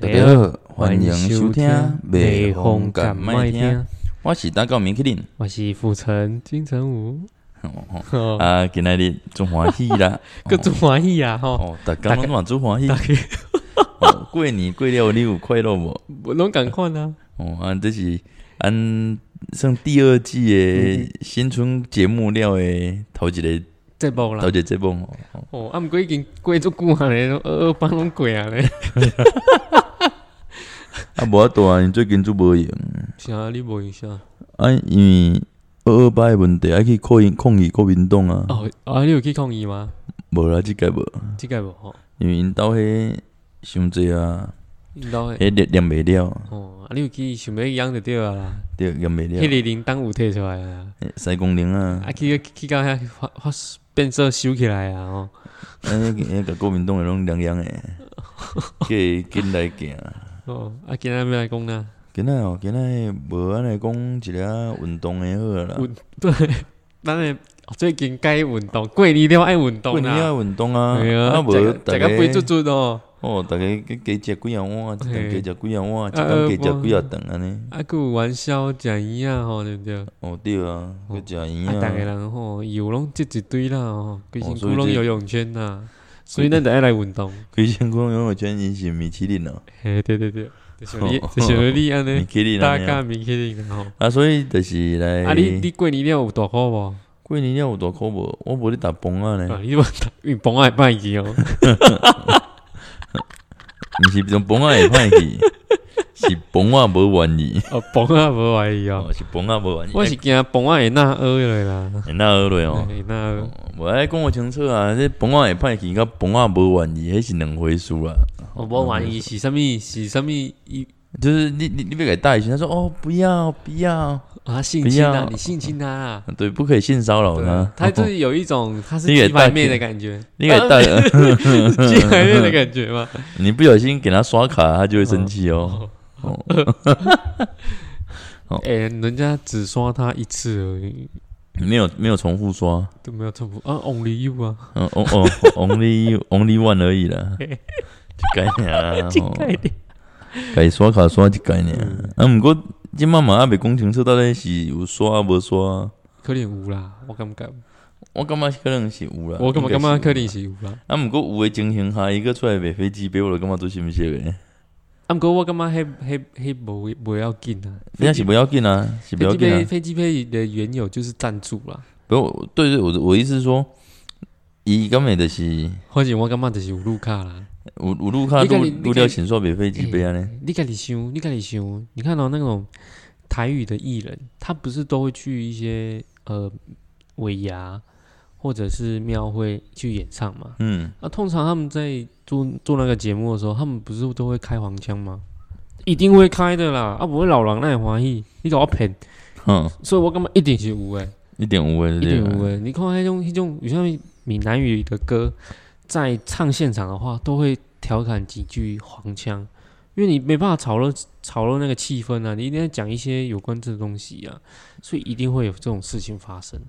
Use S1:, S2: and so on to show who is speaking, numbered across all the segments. S1: 大家好，欢迎收听《麦风敢麦听》，我是大高明克林。
S2: 我是傅成金城武， 吼
S1: 啊，今仔日真欢喜啦！
S2: 哦 各种欢喜啊吼，
S1: 哦，大家拢嘛真欢喜
S2: 大。家
S1: 哦过年过了，你有快乐无？
S2: 我拢赶快啊，
S1: 哦，啊，这是按算第二季的新春节目了的头一个
S2: 这目
S1: 头
S2: 啦
S1: 一，个节目。哦
S2: 哦，啊，毋过已经过足久啊咧， 二二班拢过啊咧，
S1: 啊，无法度啊，因最近做无闲
S2: 啥你无影响？
S1: 啊，因为二二八的问题爱去抗议抗议国民党啊，
S2: 哦啊，你有去抗议吗？
S1: 无啦，即个无，
S2: 即个无吼，
S1: 因为因兜迄伤济啊，
S2: 因兜诶，
S1: 迄念念袂了，
S2: 哦，啊，你有去想要养就对啊啦，
S1: 对，念袂
S2: 迄
S1: 了，
S2: 个铃铛有摕出来啊，
S1: 嘿西公陵啊，
S2: 啊，去去到遐发发变做收起来啊吼，
S1: 啊，迄个迄个国民党诶拢凉凉诶，叫伊紧来行。
S2: 哦，啊，今仔要来讲呐，
S1: 今仔哦，今仔无安尼讲一个运动诶好了啦
S2: 运，对，咱诶最近该运动，过年了爱运
S1: 过
S2: 动
S1: 年
S2: 啦。
S1: 啊运动啊，
S2: 对啊，
S1: 啊无
S2: 食
S1: 大
S2: 个
S1: 家
S2: 肥嘟嘟哦，
S1: 哦，大家加加食几啊碗，一
S2: 嘿
S1: 顿加食几啊碗，一
S2: 啊
S1: 顿加食
S2: 无
S1: 几啊顿安尼。
S2: 啊，佮有元宵、食圆啊吼，对不对？啊，
S1: 哦，对啊，去食圆
S2: 逐个
S1: 啊，
S2: 人吼油拢积一堆啦吼，规身躯
S1: 所以
S2: 拢
S1: 这
S2: 游泳圈啦，哦所以咱得爱来运动。
S1: 规身躯拢有全因是米其林哦，
S2: 嘿，对对对，就像你，
S1: 哦
S2: 就像你安
S1: 米
S2: 尼，
S1: 其林
S2: 大
S1: 啊
S2: 家，明确定吼。
S1: 啊，所以就是来，
S2: 啊，你你过年了有大考无？
S1: 过年了有大考无？我无咧打崩啊
S2: 啊，
S1: 咧，
S2: 你问运动爱拜去 哦，
S1: 毋是种崩啊会歹 去，是崩啊无愿意，
S2: 哦，蹦啊无怀疑哦。
S1: 哦，是崩啊无愿意。
S2: 我是惊蹦啊会那讹落啦，
S1: 哎那落哦。
S2: 会那讹。
S1: 我爱讲我清楚啊，这崩啊会歹去，甲崩啊无愿意，迄是两回事啊。
S2: 我无怀疑是啥物，是啥物伊
S1: 就是你你你别给带一群，他说哦不要不要，
S2: 啊性
S1: 不
S2: 侵
S1: 要
S2: 啊，你性侵他啦。
S1: 对，不可以性骚扰呢。
S2: 他就是有一种他是
S1: 你给
S2: 鸡
S1: 大
S2: 排妹
S1: 姐
S2: 的感觉，
S1: 你给带，
S2: 啊 鸡排妹的感觉 吗？
S1: 你不小心给他刷卡，他就会生气哦。
S2: 哎、人家只刷他一次而已，
S1: 没有没有重复刷，
S2: 都没有重复啊，Only You 啊，
S1: 嗯哦 哦，only only one 而已啦，就啊改念 啦，
S2: 快点，
S1: 改刷卡刷就改念。啊，不过今妈妈阿袂讲清楚到底是有刷啊无刷，
S2: 可怜有啦，我感觉，
S1: 嗯我感觉可能是有啦，
S2: 我感觉感觉可
S1: 能。
S2: 怜是有啦，
S1: 啊，毋过有诶情形下，伊个出来卖飞机杯，我就感觉做心息诶。
S2: 啊，毋过我感觉迄迄迄无无要紧啊，
S1: 你若是不要紧啊，是不
S2: 飞
S1: 要
S2: 机
S1: 紧
S2: 杯
S1: 啊。
S2: 飞机杯的缘由就是赞助啦，
S1: 不，我对对，我的我的意思是说，伊根本就是
S2: 反正我感觉就是有路卡啦，
S1: 有有路卡
S2: 你看
S1: 路
S2: 你
S1: 路
S2: 你看
S1: 了钱煞卖飞机啊杯安尼。
S2: 你家己想，你家己想，你看到、那种台语的艺人，他不是都会去一些呃尾牙或者是庙会去演唱嘛？
S1: 嗯，
S2: 那、通常他们在做做那个节目的时候，他们不是都会开黄腔吗？一定会开的啦，啊，不会老人那也欢喜，你搞我骗，
S1: 嗯哼，
S2: 所以我感觉一定是有诶，
S1: 一点五诶，
S2: 一定
S1: 对吧啊
S2: 有诶。你看那种那种有像闽南语的歌，在唱现场的话，都会调侃几句黄腔，因为你没办法炒热炒热那个气氛啊，你一定要讲一些有关这个东西啊，所以一定会有这种事情发生。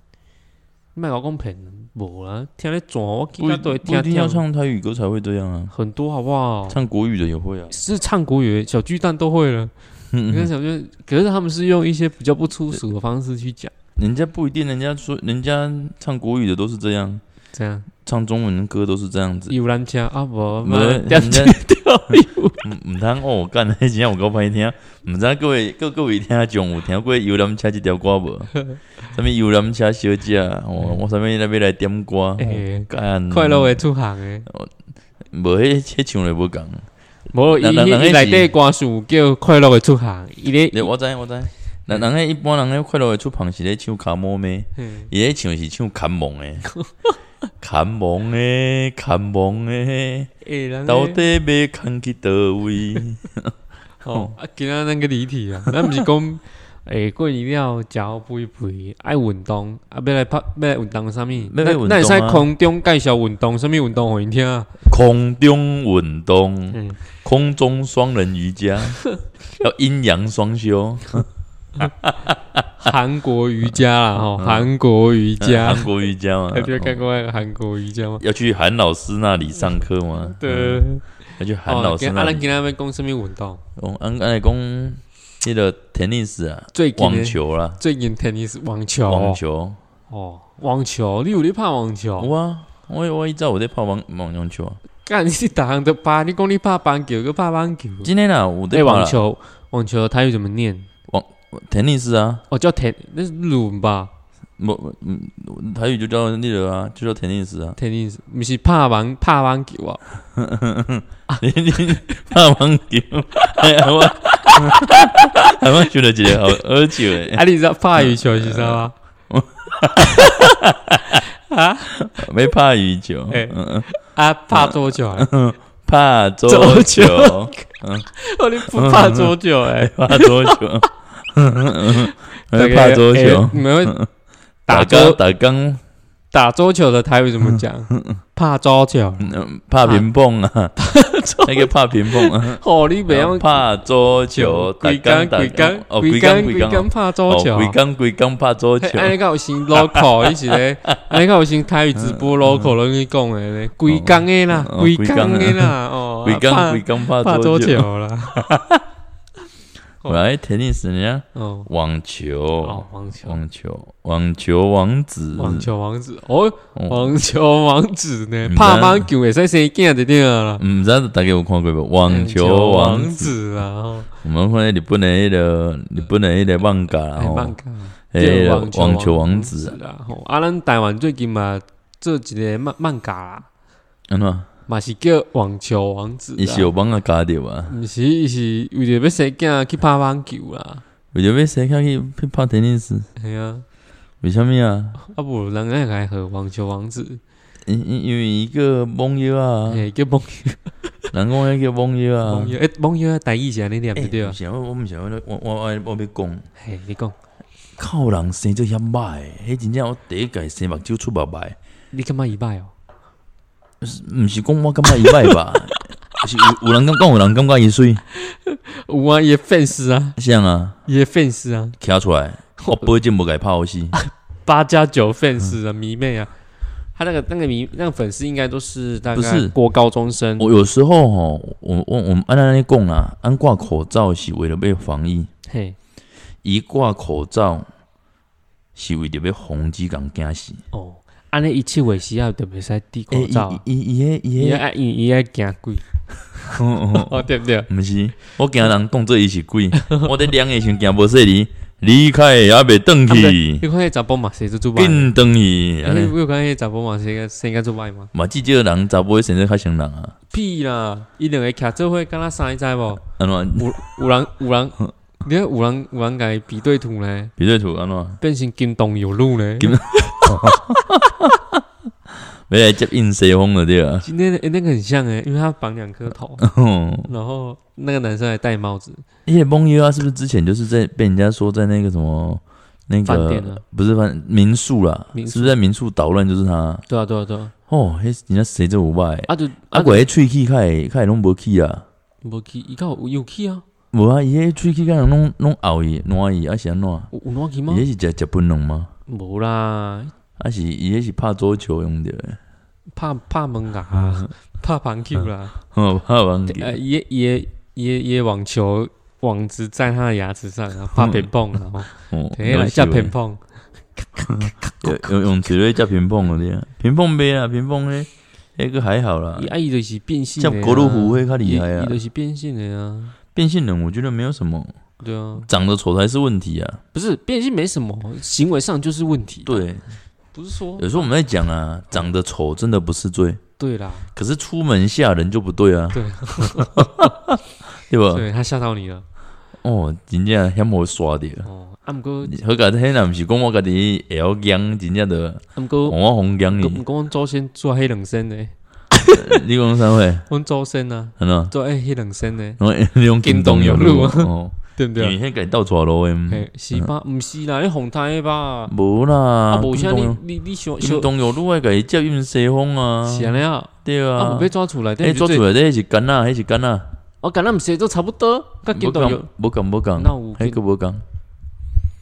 S2: 你卖老公骗无啦，听咧转我
S1: 不一
S2: 都会
S1: 不一
S2: 听
S1: 定要唱台语歌才会这样啊，
S2: 很多好不好？
S1: 唱国语的也会啊。
S2: 是唱国语，小巨蛋都会了。你看小巨，可是他们是用一些比较不粗俗的方式去讲，
S1: 人家不一定，人家说人家唱国语的都是这样，
S2: 这样
S1: 唱中文歌都是这样子。
S2: 有人家啊不，
S1: 没人
S2: 掉
S1: 家
S2: 掉掉，
S1: 毋通哦，干，迄真正有够歹听。毋知各位各各位听众有听过游览车即条歌 无？什物游览车小姐？哦，我啥物来要来点歌？哦
S2: 嗯
S1: 嗯
S2: 哎
S1: 干
S2: 快乐的出行诶，
S1: 无迄迄唱咧无共。
S2: 哎无伊
S1: 人人人那
S2: 伊
S1: 是
S2: 内底歌词有叫快乐的出行，伊咧
S1: 对，我知我知。人人迄一般人迄快乐的出旁是咧唱卡莫咩？
S2: 嗯
S1: 伊咧唱是唱砍蒙诶，砍蒙诶，砍蒙诶，
S2: 诶，人
S1: 到
S2: 咧
S1: 底要砍去倒位？
S2: 哦啊，今仔咱个离题啊，咱毋是讲 诶过年了，食肥肥，爱运动，啊要来拍要来运动啥物？
S1: 要来运动啊
S2: 那会使空中介绍运动，啥物运动互因 听啊？
S1: 空中运动。
S2: 嗯
S1: 空中双人瑜 伽，要阴阳双修，
S2: 韩国瑜伽啦，吼，韩国瑜
S1: 嗯
S2: 伽，
S1: 韩国瑜伽嘛
S2: 大，家看过那个韩国瑜伽吗？
S1: 要去韩老师那里上课吗？
S2: 对，哦
S1: 那就嗯韩老师
S2: 阿
S1: 那
S2: 兰
S1: 里，哦
S2: 今天要讲什么运动？
S1: 我按按来讲，那个 tennis 啊，
S2: 最近
S1: 网
S2: 的
S1: 球啦，
S2: 最近 tennis 网球哦，
S1: 网球，
S2: 哦，网球，你有咧拍网球？
S1: 有啊，我我一早有在拍网网网球啊，
S2: 干，你是逐项都拍，你讲你拍棒球，佮拍棒球。
S1: 今天啊，我在
S2: 对，
S1: 拍
S2: 哎网
S1: 啦
S2: 球，网球台语怎么念？
S1: tennis 啊，
S2: 哦，叫 ten，那是鲁吧
S1: 不，嗯，台语就叫那个啊，就叫 tennis 啊，
S2: ？tennis，不是拍网拍网球啊？
S1: 你你你拍网球，哎呀我，还我觉得一个好好笑诶，
S2: 啊，你知道拍羽球是啥吗？
S1: 没拍羽球，
S2: 哎
S1: 嗯嗯，
S2: 啊，拍桌 球啊？
S1: 拍桌
S2: 桌
S1: 球，
S2: 哦，你不拍桌球哎？
S1: 拍桌球，
S2: 大概
S1: 拍桌球
S2: 哎，你们会打
S1: 打刚
S2: 桌
S1: 打刚，
S2: 打桌球的台语怎 么讲？拍桌球。
S1: 嗯拍乒乓啊，那个拍乒乓啊。
S2: 哦，你袂用
S1: 拍桌球，打
S2: 规
S1: 工
S2: 工
S1: 打
S2: 规
S1: 工
S2: 工，
S1: 哦，
S2: 规
S1: 规工
S2: 工规
S1: 规工
S2: 工拍
S1: 哦，
S2: 桌球。啊
S1: 规工规工拍 桌球
S2: 嘿，安尼敢有先 local，伊是咧，安尼敢有先台语直播 local 拢去讲诶咧，规工诶啦，
S1: 嗯哦
S2: 规工诶啦，哦，
S1: 规工规工拍
S2: 啊拍
S1: 桌
S2: 桌
S1: 球。
S2: 球啦，
S1: 我来 tennis 人家
S2: 哦，
S1: 网
S2: 哦
S1: 球，，
S2: 网球，
S1: 网球，网球王子，
S2: 网球王子，哦，
S1: 哦，
S2: 网球王子呢
S1: 嗯，
S2: 拍网球会使生囝就对了啦，
S1: 唔知道大家有看过无？网球王
S2: 网
S1: 子，
S2: 子啦，哦，
S1: 我们看日本的迄个日本的迄个漫画啦，
S2: 哎，
S1: 吼
S2: 漫，画，
S1: 迄
S2: 叫
S1: 个网球哦哎王子啊，
S2: 啦，吼，啊，咱台湾最近嘛做一个漫漫画啦，
S1: 安怎？
S2: 嘛是叫网球王子
S1: 伊
S2: 啦
S1: 是。有帮我加掉啊，
S2: 毋是，伊是为着要生囝去拍网球啦。
S1: 为着要生下去去拍 tennis，
S2: 系啊，
S1: 为什么啊？
S2: 啊无人爱来和网球王子，
S1: 因因因为一个网友啊，
S2: 诶、叫网
S1: 人讲迄叫网友啊，
S2: 哎网友，诶、网友啊，台语是安尼念
S1: 欸
S2: 对对
S1: 不
S2: 啊？
S1: 是我我毋是我我我我我要讲，
S2: 嘿，你讲，
S1: 靠人生做遐歹的，迄真正我第一届生目睭出目歹，
S2: 你感觉伊歹哦？
S1: 毋是讲我感觉伊歹吧？是有有人感觉有人感觉伊水，
S2: 有啊，伊的 fans 啊，
S1: 像啊，
S2: 伊的 fans 啊，
S1: 徛出 来，我保证无甲伊拍好死。
S2: 八加九 fans 啊，迷妹啊。他那个那个迷那个粉丝应该都是大
S1: 不
S2: 概
S1: 是
S2: 国高中生，
S1: 我有时候吼，我我我们按安尼讲啦，安挂口罩是为了要防疫，
S2: 嘿，
S1: 伊挂口罩是为着要防止人惊死。
S2: 哦，安尼一切为时啊，特别使戴口罩啊，
S1: 伊伊伊伊
S2: 伊
S1: 伊
S2: 爱伊伊爱行鬼，哎 哦对不对？
S1: 毋是，我 惊人当做伊是鬼，我伫量诶时阵惊无说你离开也袂转去，
S2: 你看迄查甫嘛，谁做做歹？
S1: 紧转去。安
S2: 哎，
S1: 尼
S2: 我有看迄查甫嘛，生个生个做歹嘛？
S1: 嘛，至少人查甫的身体较像人啊。
S2: 屁啦！伊两个徛做伙，敢若生知 无？
S1: 安怎
S2: 有人有人，你看有人有人甲伊比对图呢，
S1: 比对图安怎？
S2: 变成金东有路呢。
S1: 金要来接应西风了对 啊。哎
S2: 今天的诶那个很像诶，因为他绑两颗头，
S1: 哼
S2: 然后那个男生还戴帽子，
S1: 而且梦优啊，是不是之前就是在被人家说在那个什么那
S2: 饭店
S1: 个
S2: 啊
S1: 不是饭民宿啦，
S2: 民宿
S1: 是不是在民宿捣乱就是他？
S2: 对啊对啊对啊，
S1: 哦，迄人家谁这有歹？
S2: 啊就
S1: 啊，
S2: 就
S1: 怪迄喙齿较会较会拢无去啊。
S2: 无去，伊敢有有去啊，
S1: 无啊，伊迄喙齿敢人拢拢拗伊、烂伊，啊是安怎？
S2: 有有哪去吗
S1: 伊？迄是食食槟榔吗？
S2: 无啦，
S1: 啊是伊迄是拍桌球用着的，
S2: 拍拍门啊，拍棒球啦，
S1: 吼拍网球。
S2: 呃也也也也网球网子在他的牙齿上啊，拍乒乓啊，哦
S1: 哦
S2: 对啦，
S1: 了
S2: 下
S1: 解
S2: 乒乓。
S1: 用用用一个叫乒乓的啊，乒乓杯啊，乒乓咧，迄个还好啦
S2: 伊。啊伊就是变性的、
S1: 像
S2: 啊，
S1: 格鲁虎会较厉害
S2: 伊
S1: 啊
S2: 伊，就是变性的啊，
S1: 变性人我觉得没有什么，
S2: 对啊，
S1: 长得丑才是问题啊。
S2: 不是变性没什么，行为上就是问题。，
S1: 对，呃
S2: 不是说
S1: 有时候我们在讲啊，长得丑真的不是罪，
S2: 对啦，
S1: 可是出门吓人就不对啊，
S2: 对，
S1: 对吧？
S2: 对他吓到你了
S1: 哦，真正遐无刷着。
S2: 哦。啊，毋过
S1: 好甲迄若毋是讲我家己会晓讲，真正着
S2: 啊毋过，
S1: 我红讲
S2: 毋
S1: 哦你。
S2: 过阮祖先做迄两身的，
S1: 你讲 啥货？
S2: 阮祖先啊
S1: 安怎？
S2: 做迄两身的，
S1: 我哦 你用京东有路 哦，
S2: 对
S1: 因
S2: 不对
S1: 为？嗯迄个倒错路诶，
S2: 嘿，是吧？毋是啦，你红太吧？
S1: 无啦
S2: 啊，，无
S1: 京
S2: 啥
S1: 东
S2: 你
S1: 有
S2: 你你想想
S1: 京东有路诶，甲伊接运西风啊，
S2: 是安尼啊？
S1: 对
S2: 啊，
S1: 啊
S2: 无被，抓出来，但
S1: 诶，
S2: 是
S1: 做
S2: 最
S1: 出来迄是囡仔，迄是囡仔，
S2: 哦我感觉毋是都差不多，甲
S1: 无
S2: 金东有
S1: 讲无讲无讲
S2: 那有，
S1: 迄个无讲，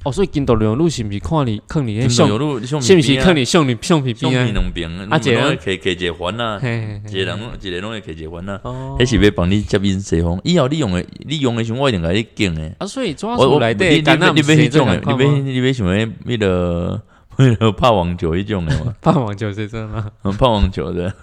S2: 哦，所以金斗流路是不是看你坑你那
S1: 金
S2: 相
S1: 有，路相
S2: 是不
S1: 片
S2: 是
S1: 边
S2: 坑
S1: 啊，
S2: 你相你相片
S1: 相片
S2: 边啊？
S1: 两边，
S2: 啊
S1: 啊，
S2: 一
S1: 一个
S2: 个人
S1: 拢会摕摕一环啊，
S2: 嘿嘿
S1: 一个
S2: 嘿
S1: 人一个拢会摕一环啊，
S2: 哦
S1: 迄是要帮你接引西风，以后你用的你用的时候，我一定甲你敬的。
S2: 啊，所以抓
S1: 我
S2: 出
S1: 我
S2: 来
S1: 你
S2: 的，
S1: 你
S2: 敢那
S1: 要你
S2: 不
S1: 要
S2: 是
S1: 迄
S2: 这
S1: 种的，
S2: 样看
S1: 你要
S2: 吗？
S1: 你要想要迄个迄个拍网球迄种的嘛，
S2: 棒网球是真的吗？
S1: 嗯拍网球的，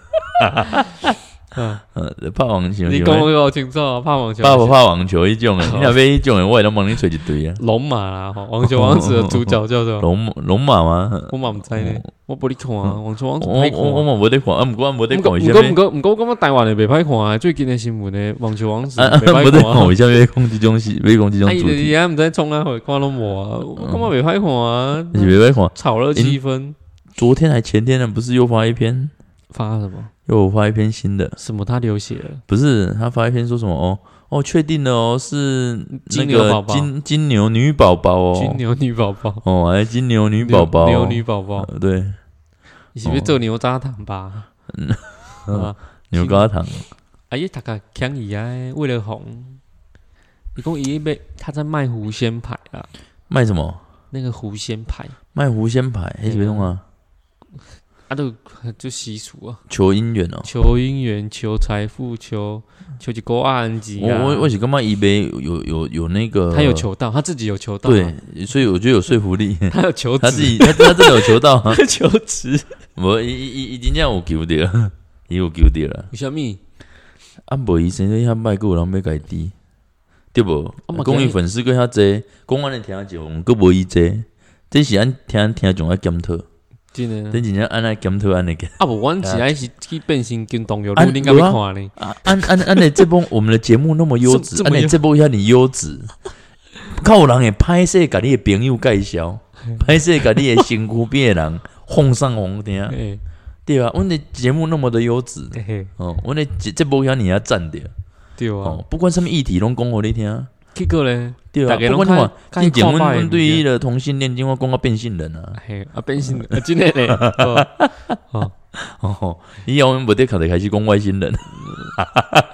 S2: 嗯
S1: 呃拍网球，
S2: 你
S1: 想
S2: 讲
S1: 要
S2: 我搞清楚啊，棒网球
S1: 拍不
S2: 是
S1: 拍网球迄种的，你若要迄种的，我会拢帮你找一堆啊。
S2: 龙马啦，吼网球王子的主角叫做
S1: 龙龙马吗？
S2: 我嘛唔知呢，我不哩看啊，网球王子
S1: 我
S2: 歹
S1: 我我
S2: 看啊。
S1: 嘛无咧看，啊，毋过我无咧
S2: 唔过
S1: 看为
S2: 唔
S1: 啥
S2: 过唔
S1: 物，
S2: 过唔过，我感觉台湾的袂歹看啊，最近的新闻的网球王子
S1: 啊，哎
S2: 袂
S1: 无咧
S2: 歹看
S1: 看
S2: 啊。
S1: 为啥物要讲即种是要讲即种
S2: 啊，伊
S1: 主
S2: 就是
S1: 题，
S2: 也毋知创哪回看拢无啊，我感觉袂歹看啊。
S1: 是袂歹看。
S2: 炒热气氛，
S1: 昨天
S2: 啊
S1: 还嗯前天呢，不是又发一篇，
S2: 发什么？
S1: 又发一篇新的，
S2: 什么？他流血了？
S1: 不是他发一篇说什么哦哦，确定了哦，是那
S2: 金牛宝
S1: 个
S2: 宝
S1: 金金牛女宝宝哦，
S2: 金牛女宝宝，
S1: 哦，哎，金牛女宝宝，
S2: 牛牛女宝宝，
S1: 呃对，
S2: 你是不是做牛轧糖吧？ 嗯，啊，
S1: 牛轧糖，
S2: 啊，伊大家强伊啊，为了红，伊讲伊被他在卖狐仙牌啊，
S1: 卖什么？
S2: 那个狐仙牌
S1: 卖狐仙牌，黑是别弄啊，
S2: 啊，都就习俗啊，
S1: 求姻缘哦。
S2: 求姻缘，求财富，求求一个案子
S1: 我
S2: 啊。
S1: 我我是干嘛以为有有有那个，
S2: 他有求到，他自己有求到，，
S1: 对，所以我觉得有说服力。
S2: 他有求
S1: 他自
S2: 职，
S1: 己他他真的有求到啊，
S2: 他求职，
S1: 无伊伊伊真正有求着， 伊有求着啦。
S2: 为什么？
S1: 啊，无医生遐歹个有人要家治，对无
S2: 啊嘛？
S1: 讲
S2: 今
S1: 伊
S2: 日
S1: 粉丝佫遐济，讲安尼听就佫无伊济，这是咱听听众爱检讨，
S2: 真的啊。
S1: 咱真正安尼检讨安尼个。
S2: 啊，无，阮是爱是去变成跟动摇路
S1: 啊，
S2: 你敢
S1: 有
S2: 要
S1: 啊
S2: 看呢？
S1: 啊，安安安尼这帮我们的节目那么优
S2: 这
S1: 质，
S2: 这么
S1: 安
S2: 优
S1: 尼这帮遐尼优质，靠人会拍摄甲你的朋友介绍，拍摄甲你的身躯边的人奉上红听，
S2: 嘿
S1: 对啊，阮的节目那么的优质，
S2: 嘿嘿，
S1: 哦，阮的这这帮遐尼遐赞着，
S2: 对啊
S1: 哦。，不管什么议题拢讲互你听。
S2: 结果咧，
S1: 对啊，
S2: 大家
S1: 不
S2: 拢
S1: 管你看，
S2: 较
S1: 进前
S2: 较看
S1: 阮
S2: 歹的
S1: 阮对伊个同性恋，怎我讲到变性人啊，
S2: 嘿，啊，变成啊，真的咧， 哦
S1: 哦，以后阮无得开始开始讲外星人，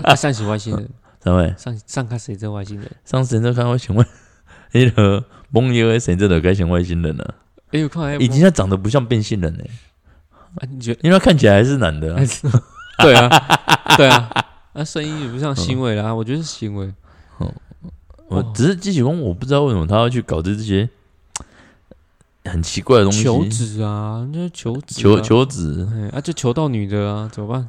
S2: 啊，上是外 星人，
S1: 知道未？
S2: 上上看谁这外星人？
S1: 上次在看我想 问，迄个蒙爷的神真的该成外星人了，
S2: 哎，我看哎，
S1: 已经他长得不像变性人嘞，
S2: 啊，你觉得
S1: 因为他看起来还是男的啊
S2: 还，是 对 啊，对啊，啊，声音也不
S1: 嗯
S2: 像行为啦，我觉得是行为，
S1: 我
S2: 哦
S1: 只是继续讲，我不知道为什么他要去搞这这些很奇怪的东西，
S2: 求子啊，那求子，
S1: 求，求子，
S2: 哎，啊，就求到女的啊，怎么办？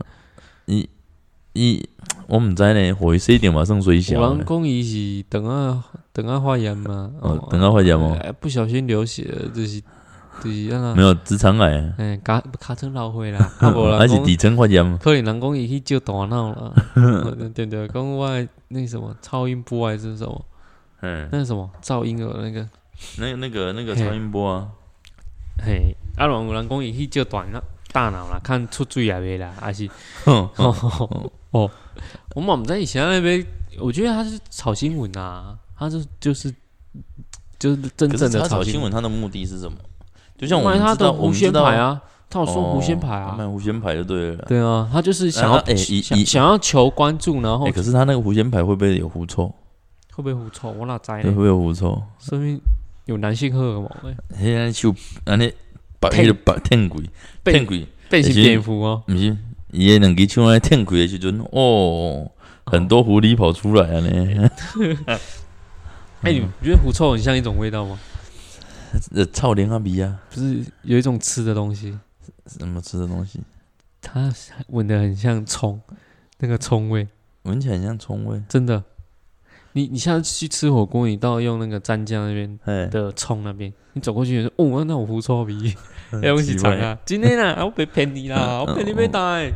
S1: 伊我毋知呢，火是一点嘛，算水
S2: 有
S1: 小
S2: 人
S1: 的，
S2: 讲伊是等啊等啊化验嘛，
S1: 哦，等下发现吗？
S2: 哎不小心流血了，就是就是啊
S1: 没，有直肠癌啊，
S2: 哎，卡卡成老 灰啦，啊，无啦，
S1: 还是
S2: 讲
S1: 底层发炎吗？
S2: 可能人讲伊去照大 脑啦，对对，讲我的那什么超音波还是什么，
S1: 嗯。
S2: 那是什么噪音耳那个，
S1: 那那个那个
S2: 嘿
S1: 超音波啊，
S2: 嘿，啊，有人讲伊去照大脑大脑啦，看出水也未啦，还是
S1: 哼
S2: 哦，我嘛毋知以前那边，我觉得他是炒新闻啊，他是就是就是真
S1: 可是
S2: 正的
S1: 他炒
S2: 新
S1: 新闻，
S2: 闻，
S1: 他的目的是什么？就像我
S2: 买
S1: 们
S2: 他
S1: 知道，
S2: 的
S1: 我
S2: 狐
S1: 们知
S2: 仙
S1: 道
S2: 牌，啊，他有说
S1: 哦
S2: 狐仙牌啊，
S1: 卖狐仙牌就对了。
S2: 对啊，他就是想要、
S1: 啊哎以
S2: 想
S1: 以
S2: 想要求关注，然后
S1: 哎，
S2: 会
S1: 可是他那个狐仙牌会不会有狐臭？
S2: 不会狐臭？我哪知
S1: 会
S2: 呢
S1: 不？会有狐臭？
S2: 说明有男性荷尔蒙哎，
S1: 嘿，那手安尼白
S2: 舔
S1: 迄个白舔鬼，
S2: 被
S1: 舔鬼，
S2: 变
S1: 形
S2: 性蝙蝠哦，
S1: 毋是伊的两支手安尼舔鬼的时阵，哦，很多狐狸跑出来啊呢。
S2: 哎、你觉得狐臭很像一种味道吗？
S1: 呃，臭莲阿鼻啊，
S2: 不是有一种吃的东西，
S1: 什么吃的东西，
S2: 它闻的很像葱，那个葱味，
S1: 闻起来很像葱味。
S2: 真的。你你下次去吃火锅，你到用那个蘸酱那边
S1: 哎，
S2: 的葱那边，你走过去就哦，那我狐臭鼻，哎，我是
S1: 奇怪
S2: 长啊，今天啦，啊我被骗你啦，我骗你被打哎，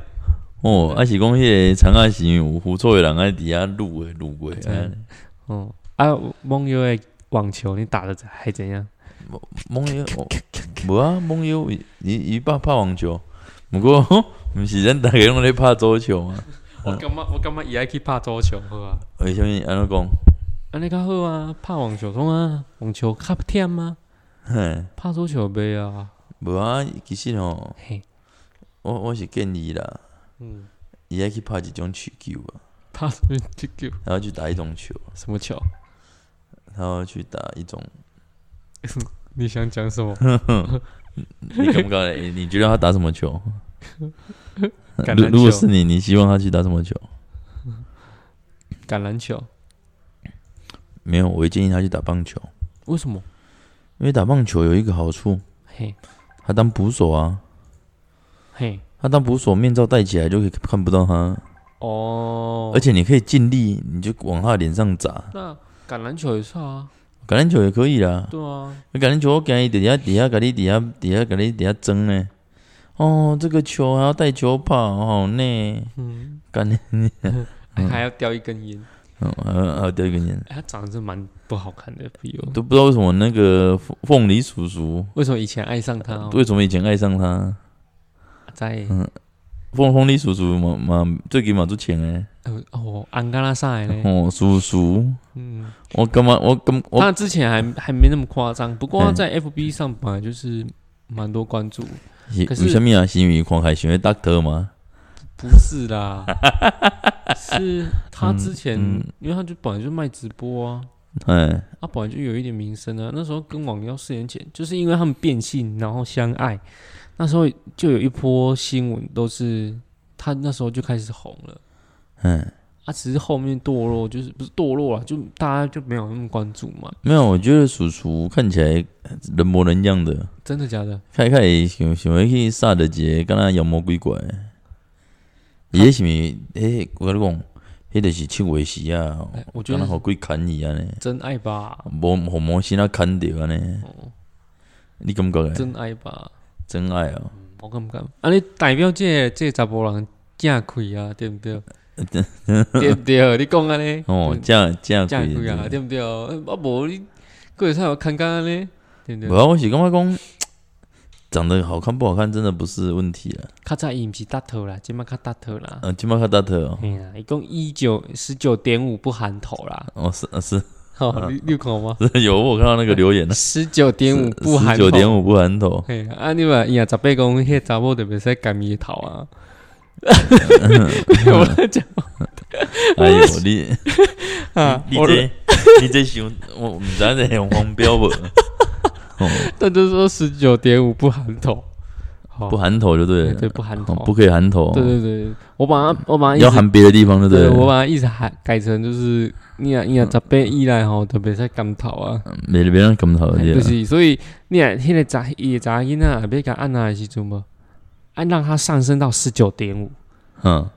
S1: 哦，啊是讲迄个长安是有狐臭的人啊爱伫遐撸诶撸过，
S2: 啊真的哦，啊，梦游的网球你打的还怎样？
S1: 梦游，哦无啊，梦游伊伊伊拍拍网球，毋过毋是咱逐个拢咧拍桌球嘛？
S2: 我感觉我感觉伊爱去拍桌球好啊，
S1: 为什物安怎讲？
S2: 安尼较好啊，拍网球通啊，网球较忝啊，
S1: 嘿，
S2: 拍桌球袂啊，
S1: 无啊，其实吼，
S2: 嘿，
S1: 我我是建议啦，
S2: 嗯，
S1: 伊爱去拍一种曲球啊，
S2: 拍什么球？
S1: 然后去打一种球，
S2: 什么球？
S1: 然后去打一种
S2: 你想 讲什么？
S1: 你敢不敢？ 诶你觉得他打什么球？
S2: 橄
S1: 如
S2: 榄
S1: 如果
S2: 球
S1: 是你，你希望他去打什么球？
S2: 橄榄球？
S1: 没有，我会建议他去打棒球，
S2: 为什么？
S1: 因为打棒球有一个好处，
S2: 嘿，
S1: 他当捕手啊，
S2: 嘿，
S1: 他当捕手面罩戴起来就可以看不到他，
S2: 哦，
S1: 而且你可以尽力，你就往他的脸上砸。
S2: 那橄榄球也是啊，
S1: 橄榄球也可以啦，
S2: 对啊，
S1: 橄榄球我建议底下底下给你底下底下给你底下争呢。哦，这个球还要带球跑，好累。
S2: 嗯，
S1: 干你，
S2: 还要叼一根烟，
S1: 嗯，还要还要掉一个人，
S2: 哎他长得是蛮不好看的，比如
S1: 都不知道为什么那个凤凤梨叔叔
S2: 为什么以前爱上他、哦？
S1: 为什么以前爱上他？
S2: 在
S1: 凤凤梨叔叔嘛嘛最近嘛做钱诶，
S2: 呃哦，安嘎拉上来嘞，
S1: 哦叔叔，
S2: 嗯，
S1: 我干嘛我干我
S2: 他之前还还没那么夸张，不过他
S1: 嗯
S2: 在 FB 上本来就是蛮多关注，
S1: 是
S2: 可是
S1: 为什么啊？是因为狂海选 doctor 吗？
S2: 不 是啦，是他之前，
S1: 嗯
S2: 因为他就本来就卖直播啊，
S1: 哎，
S2: 他本来就有一点名声啊。那时候跟网妖四年前，就是因为他们变性然后相爱，那时候就有一波新闻都是他那时候就开始红了。
S1: 嗯，
S2: 啊，只是后面堕落，就是不是堕落了，就大家就没有那么关注嘛。
S1: 没有，我觉得叔叔看起来人模人样的，
S2: 真的假的？
S1: 看看想想要去萨德节，敢若妖魔鬼怪的。伊迄是咪？诶、我甲你讲，迄著是七月时啊，
S2: 哎，我觉
S1: 敢若
S2: 得是
S1: 互鬼砍伊安尼，
S2: 真爱吧，
S1: 无互魔神啊砍着安尼。你感觉诶？
S2: 真爱吧，
S1: 真爱哦、
S2: 嗯我敢不敢？啊，你代表这个这查甫人正开啊，对不 对？对不对？你讲安尼，
S1: 哦，正正
S2: 正
S1: 贵
S2: 开啊，对不对？啊，无你过会使有看干安尼，对不
S1: 无
S2: 对？
S1: 啊，我是感觉讲，长得好看不好看真的不是问题啦。
S2: 较早伊毋是搭头啦，即摆较搭头啦。
S1: 呃，今麦较大特哦，
S2: 哎呀，一共一九十九点五不含头啦，
S1: 哦是呃是
S2: 哦，你你有看 吗？
S1: 是有我有看到那个留言了，
S2: 十九点五不含头
S1: 九。点五不含头，
S2: 嘿，啊，你嘛伊若十八公分，迄查某就袂使干伊头啊！ 我 在讲
S1: 哎 呦你
S2: 啊，
S1: 你
S2: 我的
S1: 这你这想我唔知道这用黄标 无，哦
S2: 那就说十九点五不含头，好
S1: 不含头就对
S2: 对
S1: 了，
S2: 对不含头
S1: 哦，不可以含头，
S2: 对对对，我把它我把它一
S1: 要
S2: 直
S1: 含别的地方就
S2: 对，
S1: 了，
S2: 我把它一直喊啊改成就是你啊你啊十八以内吼特别使甘头啊，
S1: 嗯没别人咁头
S2: 就
S1: 的，
S2: 是所以你啊迄个查伊个查囡仔要甲按啊哪的时阵无，按让它上升到十九点五，
S1: 嗯，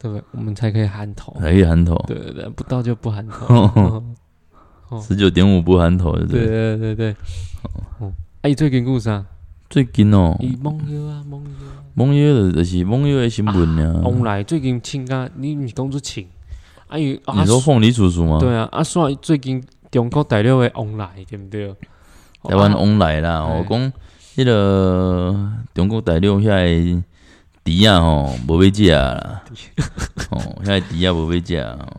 S2: 对不对？我们才可以含头。
S1: 还可以含头，
S2: 对对对，不到就不含头。
S1: 哦
S2: 嗯
S1: 十九点五不含头就对了。
S2: 对对对对。
S1: 哦
S2: 嗯啊，伊最近故事啊，
S1: 最近哦，
S2: 伊梦游啊梦游啊。
S1: 网友就是网友的新闻呀，
S2: 往来最近请假，你毋是讲做请？啊有啊
S1: 你说凤梨叔叔吗？
S2: 对啊，啊煞最近中国大陆的往来对毋对？
S1: 台湾
S2: 啊
S1: 往来啦，吼
S2: 嘿，
S1: 讲迄个中国大陆遐个猪仔吼无要食啦，吼遐个猪仔无要食吼，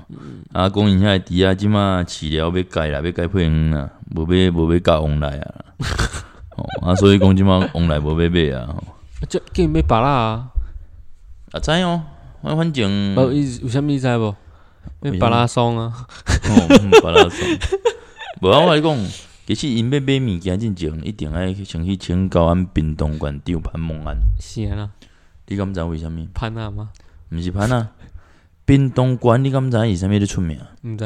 S1: 啊，讲因遐个猪仔即马饲了要改啦，要改配方啦，无要无要教往来啊，吼啊，所以讲即马往来无要买啊，吼
S2: 这见要白啦啊，
S1: 啊，知哦，反反正
S2: 无伊有啥物知无？要白拉松啊，
S1: 哦，嗯巴拉松。无啊，我来讲，其实因要买物件进前，一定爱先去请教俺屏东县长潘孟安。
S2: 是安啦，
S1: 你敢知为啥物？
S2: 潘啊吗？
S1: 毋是潘啊，屏东县你敢知伊啥物咧出名？
S2: 毋知，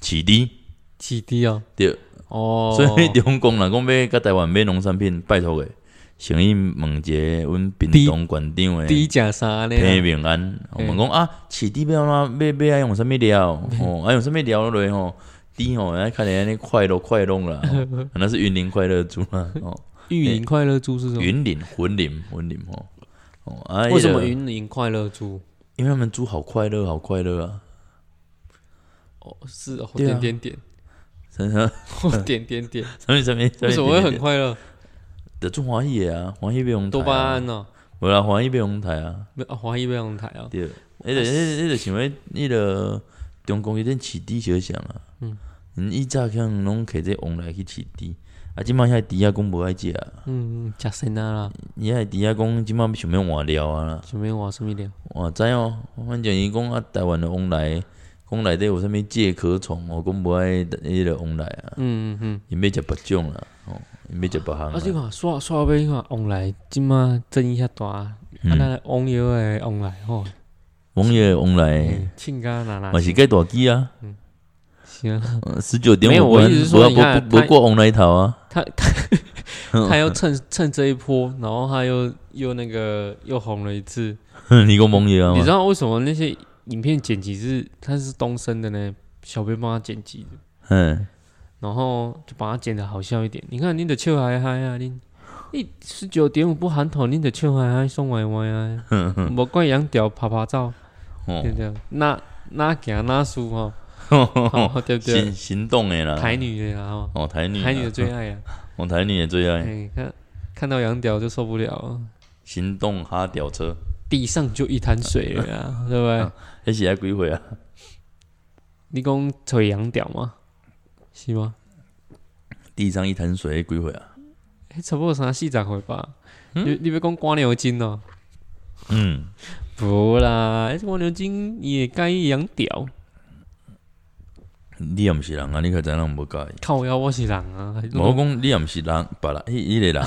S1: 饲猪。
S2: 起低哦，
S1: 对，
S2: 哦，
S1: 所以中共若讲要甲台湾买农产品，拜托诶，先去问一下阮屏东县长
S2: 低
S1: 诶。
S2: 食啥呢？
S1: 平平安，我
S2: 嘿
S1: 们讲啊，饲猪要安怎要要爱用啥物 料？哦，爱用啥物料落吼？猪吼，咱看起来安尼快乐快乐啦， 哦那是云林快乐猪啦。哦，
S2: 玉林快乐猪是什么？
S1: 云林、魂林、魂林哦。哦，啊，
S2: 为什么
S1: 那个？
S2: 云林快乐猪？
S1: 因为他们猪好快乐，好快乐啊！
S2: 哦，是哦，
S1: 对啊
S2: 点 点点，
S1: 什么
S2: 哦，点点点，
S1: 什么什么？
S2: 为什么会很快乐？
S1: 的猪欢喜的啊？欢喜被红
S2: 多巴胺哦，
S1: 无啦，欢喜被红台啊！
S2: 没啊，华裔被红台啊，
S1: 对，迄个、迄个、迄个想要迄个中共迄阵饲猪小想啊。嗯，伊早向拢摕这往来去饲猪，啊，即摆遐猪仔讲无爱食，
S2: 嗯，食神啊啦，
S1: 伊遐猪仔讲即摆想要换料啊啦。
S2: 想要换什么料？
S1: 哇，知哦，反正伊讲啊，台湾的往来，讲内底有啥物介壳虫，哦，讲无爱迄个往来啊。
S2: 嗯嗯嗯，
S1: 因要食白种啦，哦，要食别项
S2: 啊，你
S1: 啦。
S2: 看刷刷到尾，你看啊往来，即马争一下大，啊，咱
S1: 嗯，
S2: 来往药诶往来吼，
S1: 王爷往来
S2: 嗯亲家哪哪
S1: 嘛是介大机啊，
S2: 是啊，
S1: 十九点
S2: 没有
S1: 五
S2: 我
S1: 关
S2: 意思是，
S1: 不
S2: 说
S1: 要
S2: 你
S1: 不不
S2: 看
S1: 不
S2: 他
S1: 过往来头啊。
S2: 他他他又趁趁这一波，然后他又又那个又红了一次，
S1: 你讲王爷啊
S2: 你知
S1: 嘛？
S2: 道为什么那些影片剪辑是他是东升的呢？小编帮他剪辑的，
S1: 嗯，
S2: 然后就把它剪得好笑一点。你看你的笑嗨嗨啊，你你十九点五不喊头，你的笑嗨嗨送歪歪啊，无怪羊屌啪啪照，对不对？那那行那输吼，
S1: 哦，
S2: 哦对不
S1: 行
S2: 对？
S1: 行动的啦，
S2: 台女的啊，
S1: 哦台女啦，
S2: 吼台女的最爱啊，
S1: 哦台女的最爱，
S2: 哎，看看到羊屌就受不了了，
S1: 行动哈吊车，
S2: 地上就一滩水了啊，对不对？
S1: 迄是爱几岁啊？
S2: 你讲腿羊屌吗？是吗？
S1: 地上一滩水，几岁啊？
S2: 哎，差不多三四十回吧。你你别讲刮牛筋哦，
S1: 嗯，
S2: 不啦，那蜗牛精也该养屌，
S1: 你也毋是人啊，你可知人无介意。
S2: 靠腰我是人啊，还是
S1: 我讲你也毋是人，别人迄迄 个人，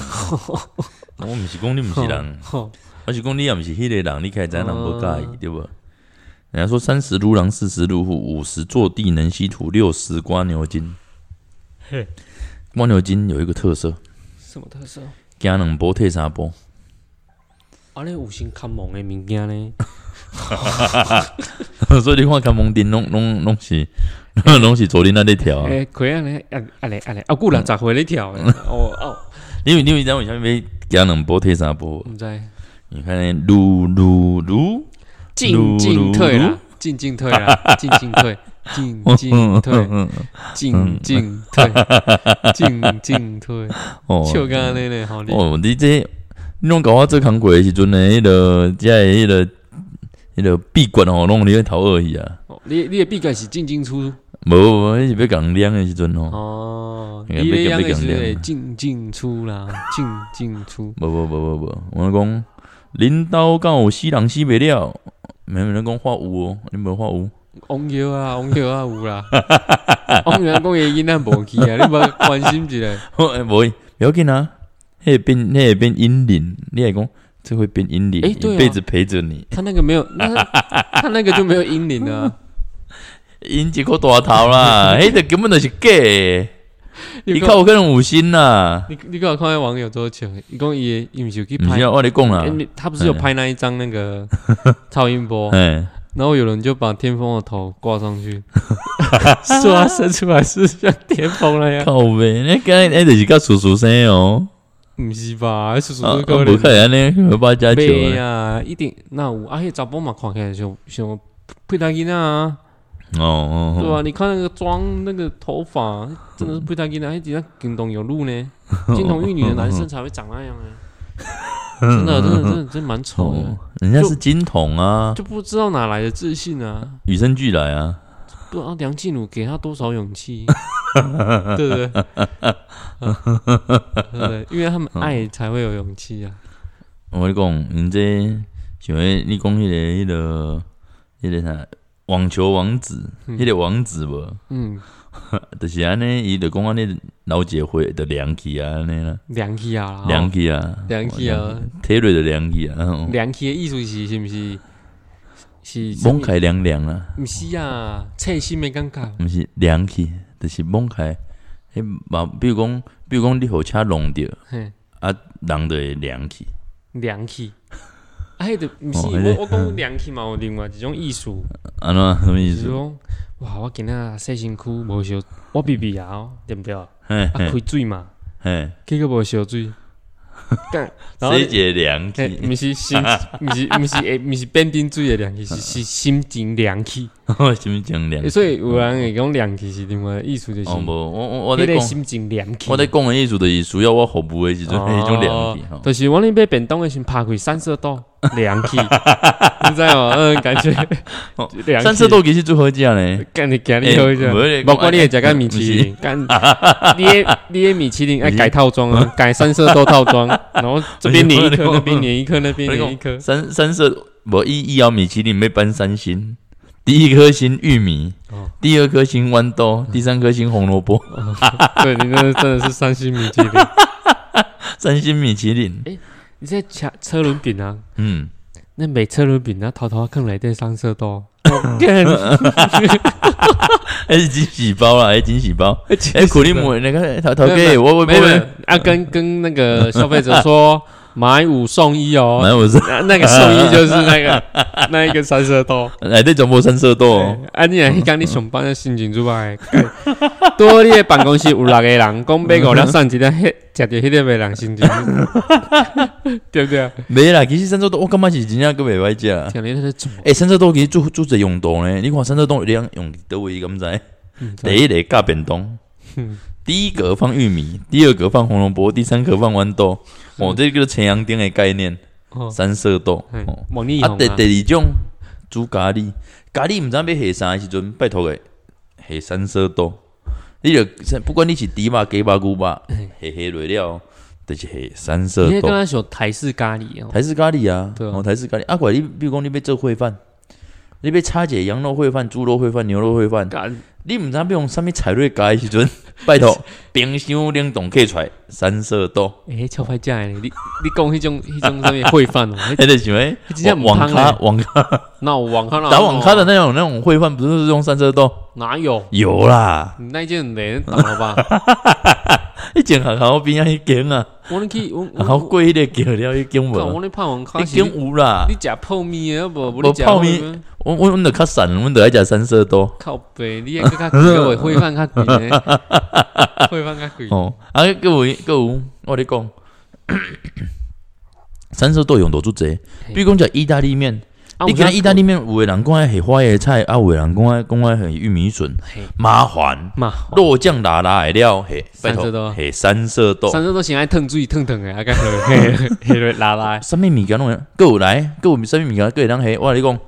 S1: 我毋是讲你毋是人，
S2: 吼
S1: 我是讲你也毋是迄个人，你可知人无介意
S2: 哦
S1: 对无？人家说三十如狼，四十如虎，五十坐地能吸土，六十刮牛筋。
S2: 嘿
S1: 刮牛筋有一个特色，
S2: 什么特色？
S1: 惊两波退三波。
S2: 啊，那五星看蒙的物件呢？
S1: 所以你看看蒙丁拢拢拢是 拢是昨天那咧跳啊。
S2: 哎，可以啊嘞，啊啊嘞啊嘞，啊古人十岁咧跳
S1: 嗯
S2: 的，哦哦，
S1: 因为因为咱为啥物要惊两波退三波？
S2: 毋知
S1: 你看咧，撸撸撸，
S2: 进进退
S1: 噜噜
S2: 啦，进进退啦，进进退，进进退，进进退，进进退，
S1: 哦
S2: 笑干嘞嘞，好厉害，
S1: 哦，你这你拢甲我做工过的时阵呢，迄个即个迄个迄个闭关吼，拢你咧头而已啊。
S2: 哦你你的臂杆是进进出出。
S1: 无无，迄是要共量的时阵吼，
S2: 哦，
S1: 那个
S2: 你
S1: 被夹
S2: 那样
S1: 被
S2: 的
S1: 夹
S2: 是
S1: 掉
S2: 得
S1: 了
S2: 进进出啦，进进出。
S1: 无无无无无，我讲恁兜敢有死人死袂了，没有人讲话有哦，你无话有。
S2: 翁桥啊，翁桥啊有啦，翁桥讲伊囡仔无去啊，你无关心一下。
S1: 好诶，无哦哎不要紧啊，迄会变迄会变阴灵，你会讲这会变阴灵，
S2: 诶对啊
S1: 一辈子陪着你。
S2: 他那个没有，那他那个就没有阴灵啊。
S1: 因一个大头啦，迄个根本就是假的，
S2: 你
S1: 伊
S2: 看
S1: 靠，有可能有心啦。
S2: 你你看我看到网友多笑，伊讲伊伊毋是有去
S1: 毋
S2: 拍
S1: 是，啊，我咧讲啦
S2: 诶，你他不是有拍那一张那个超音波，
S1: 哎，
S2: 然后有人就把天风的头挂上去，说他生出来是像天风那 样，
S1: 靠呗，那刚那就是较叔叔生哦，
S2: 毋是吧？叔叔
S1: 啊，
S2: 哥
S1: 啊
S2: 哥
S1: 无可能呢，我爸加酒
S2: 对
S1: 的
S2: 啊，一定那有啊，迄查甫嘛看起来像像配搭囡仔啊，
S1: 哦哦，
S2: 对
S1: 哦
S2: 啊，你看那个妆、那个头发，真的是配搭囡仔，迄底下金童有路呢，金童玉女的男生才会长那样啊，真的，真的，真的，真的蛮丑的
S1: 哦，，人家是金童啊，
S2: 就不知道哪来的自信啊，
S1: 与生俱来啊，
S2: 不知道梁静茹给他多少勇气，对不对？啊对不对？因为他们爱才会有勇气啊，
S1: 我跟你讲，你这想要你讲迄个迄个迄个啥网球王子，迄个王子无，
S2: 嗯，
S1: 就是安尼，伊就讲安尼老姐会的凉气啊，安尼啦，
S2: 凉气啊啦，
S1: 凉气啊，
S2: 凉气啊。
S1: 体内的凉气啊，哦
S2: 凉气的意思是是毋是？是什
S1: 猛
S2: 么？
S1: 开凉凉啦。
S2: 毋是啊，切心的感觉。
S1: 毋是凉气，就是猛开。迄嘛，比如讲，比如讲你互车弄着，
S2: 嘿，
S1: 啊，人就会凉气。
S2: 凉气。啊，迄著毋
S1: 哦那
S2: 是，
S1: 个
S2: 我我讲凉气嘛，有另外一种意思，
S1: 安怎什么意
S2: 就是
S1: 思？
S2: 讲，哇，我今仔洗身躯无烧，我避避啊哦，对毋对？啊，
S1: 嘿
S2: 开
S1: 嘿
S2: 水嘛，
S1: 嘿，
S2: 结果无烧 水。干，然后
S1: 谁解凉
S2: 嘿，
S1: 气？
S2: 毋是心，毋是毋是诶，毋是变冰水的 凉气，是是心情凉气。
S1: 什么讲凉
S2: 欸？所以有人会讲凉气是另外的意思，就是
S1: 嗯哦，无，我我我
S2: 迄
S1: 在
S2: 个
S1: 讲，
S2: 心情凉气。
S1: 我在讲的意思就是需要我服务的时阵，
S2: 哦
S1: 迄种凉气吼。
S2: 就是我那边便当的时候拍开三色豆 凉气，你知道吗？嗯，感觉
S1: 哦
S2: 凉气
S1: 三色豆其实最好食呢。
S2: 干你干你好一下
S1: 欸不是，
S2: 包括你也食个米
S1: 不是
S2: 其林， 干你的你的米其林要
S1: 不是
S2: 改套装啊，改三色豆套 装，然后这边粘一
S1: 不是
S2: 颗，
S1: 我
S2: 那边粘一颗，那边粘一颗，
S1: 三三色，无伊伊要米其林要搬三星，第一颗星玉米
S2: 哦，
S1: 第二颗星豌豆，第三颗星红萝卜。
S2: 对你真的真的是三星米其林，
S1: 三星米其林，
S2: 你在吃车轮饼啊？
S1: 嗯，
S2: 那每车轮饼啊，偷偷坑来对上色多。
S1: 啊
S2: 我干，
S1: 还哎是惊喜包啦，还是惊喜包。 哎，苦力姆那个头头
S2: 没有没
S1: 给
S2: 有
S1: 我我
S2: 没有没
S1: 我
S2: 有啊，跟跟那个消费者 说买五送一哦，
S1: 买我是
S2: 那那个送一就是 那个那一个三色豆。
S1: 来对转播三色豆哦，
S2: 啊，你若迄工你上班的心情之外，多你的办公室有六个人，讲买五粒送一粒，迄食着迄粒的人心情，对不对啊？
S1: 没啦，其实三色豆我感觉是真正个袂歹食啦。
S2: 讲你在做，
S1: 哎，三色豆其实做做者用途呢，你看三色豆两用倒位敢知？第一个加便当
S2: 嗯，
S1: 第一格放玉米，第二格放红萝卜，第三格放豌豆。哦，这个陈阳丁的概念，
S2: 哦，
S1: 三色豆。
S2: 嘿
S1: 哦，
S2: 王力
S1: 啊，
S2: 宏
S1: 第
S2: 啊，
S1: 第二种煮咖喱，咖喱毋知道要下啥的时阵，拜托个下三色豆。你就不管你是猪肉、鸡肉、牛肉，下下落了，就是下三
S2: 你
S1: 色
S2: 迄刚
S1: 豆。
S2: 刚想台式咖喱哦，
S1: 台式咖喱啊，
S2: 对啊
S1: 哦，台式咖喱。啊，怪你，比如讲你要做烩饭，你要炒一个羊肉烩饭、猪肉烩饭、牛肉烩饭，
S2: 干
S1: 你毋知道要用啥物材料加的时阵， 拜 托冰箱冷冻起出来三色豆。
S2: 诶，超歹食诶，你你讲迄种迄种什么烩饭哦，
S1: 迄个想诶
S2: 迄真正，
S1: 网
S2: 唔
S1: 网
S2: 通
S1: 咖
S2: 嘞
S1: 网咖
S2: 那我网咖
S1: 打网咖的那种那种烩饭，不是用三色豆？
S2: 哪有？
S1: 有啦，
S2: 你那一件人懂了吧？
S1: 迄间学校边仔迄间啊，
S2: 我咧去我
S1: 然后
S2: 我
S1: 过迄个啊桥了，迄间
S2: 干我
S1: 无，
S2: 咧泡网咖
S1: 迄
S2: 是
S1: 间有啦
S2: 你。食泡面啊，无无
S1: 无
S2: 你食
S1: 泡面阮阮阮著较散，阮著爱食三色豆。
S2: 靠背，你个较贵个会饭较贵 呢，会饭较贵。
S1: 哦，啊，还有还有，我咧讲， 三色豆用途足济，比如讲食意大利面，
S2: 啊
S1: 你看意大利面有的人讲爱下花椰菜，啊，有的人讲爱讲爱下玉米笋，麻烦。
S2: 嘛，
S1: 肉酱拉拉的料，嘿，拜
S2: 三色豆
S1: 托，嘿，三色豆，
S2: 三叔都先爱烫水烫烫的，啊，该黑黑拉拉的。
S1: 啥物物件拢会，各有来，各有啥物物件，各会当下。我甲你讲，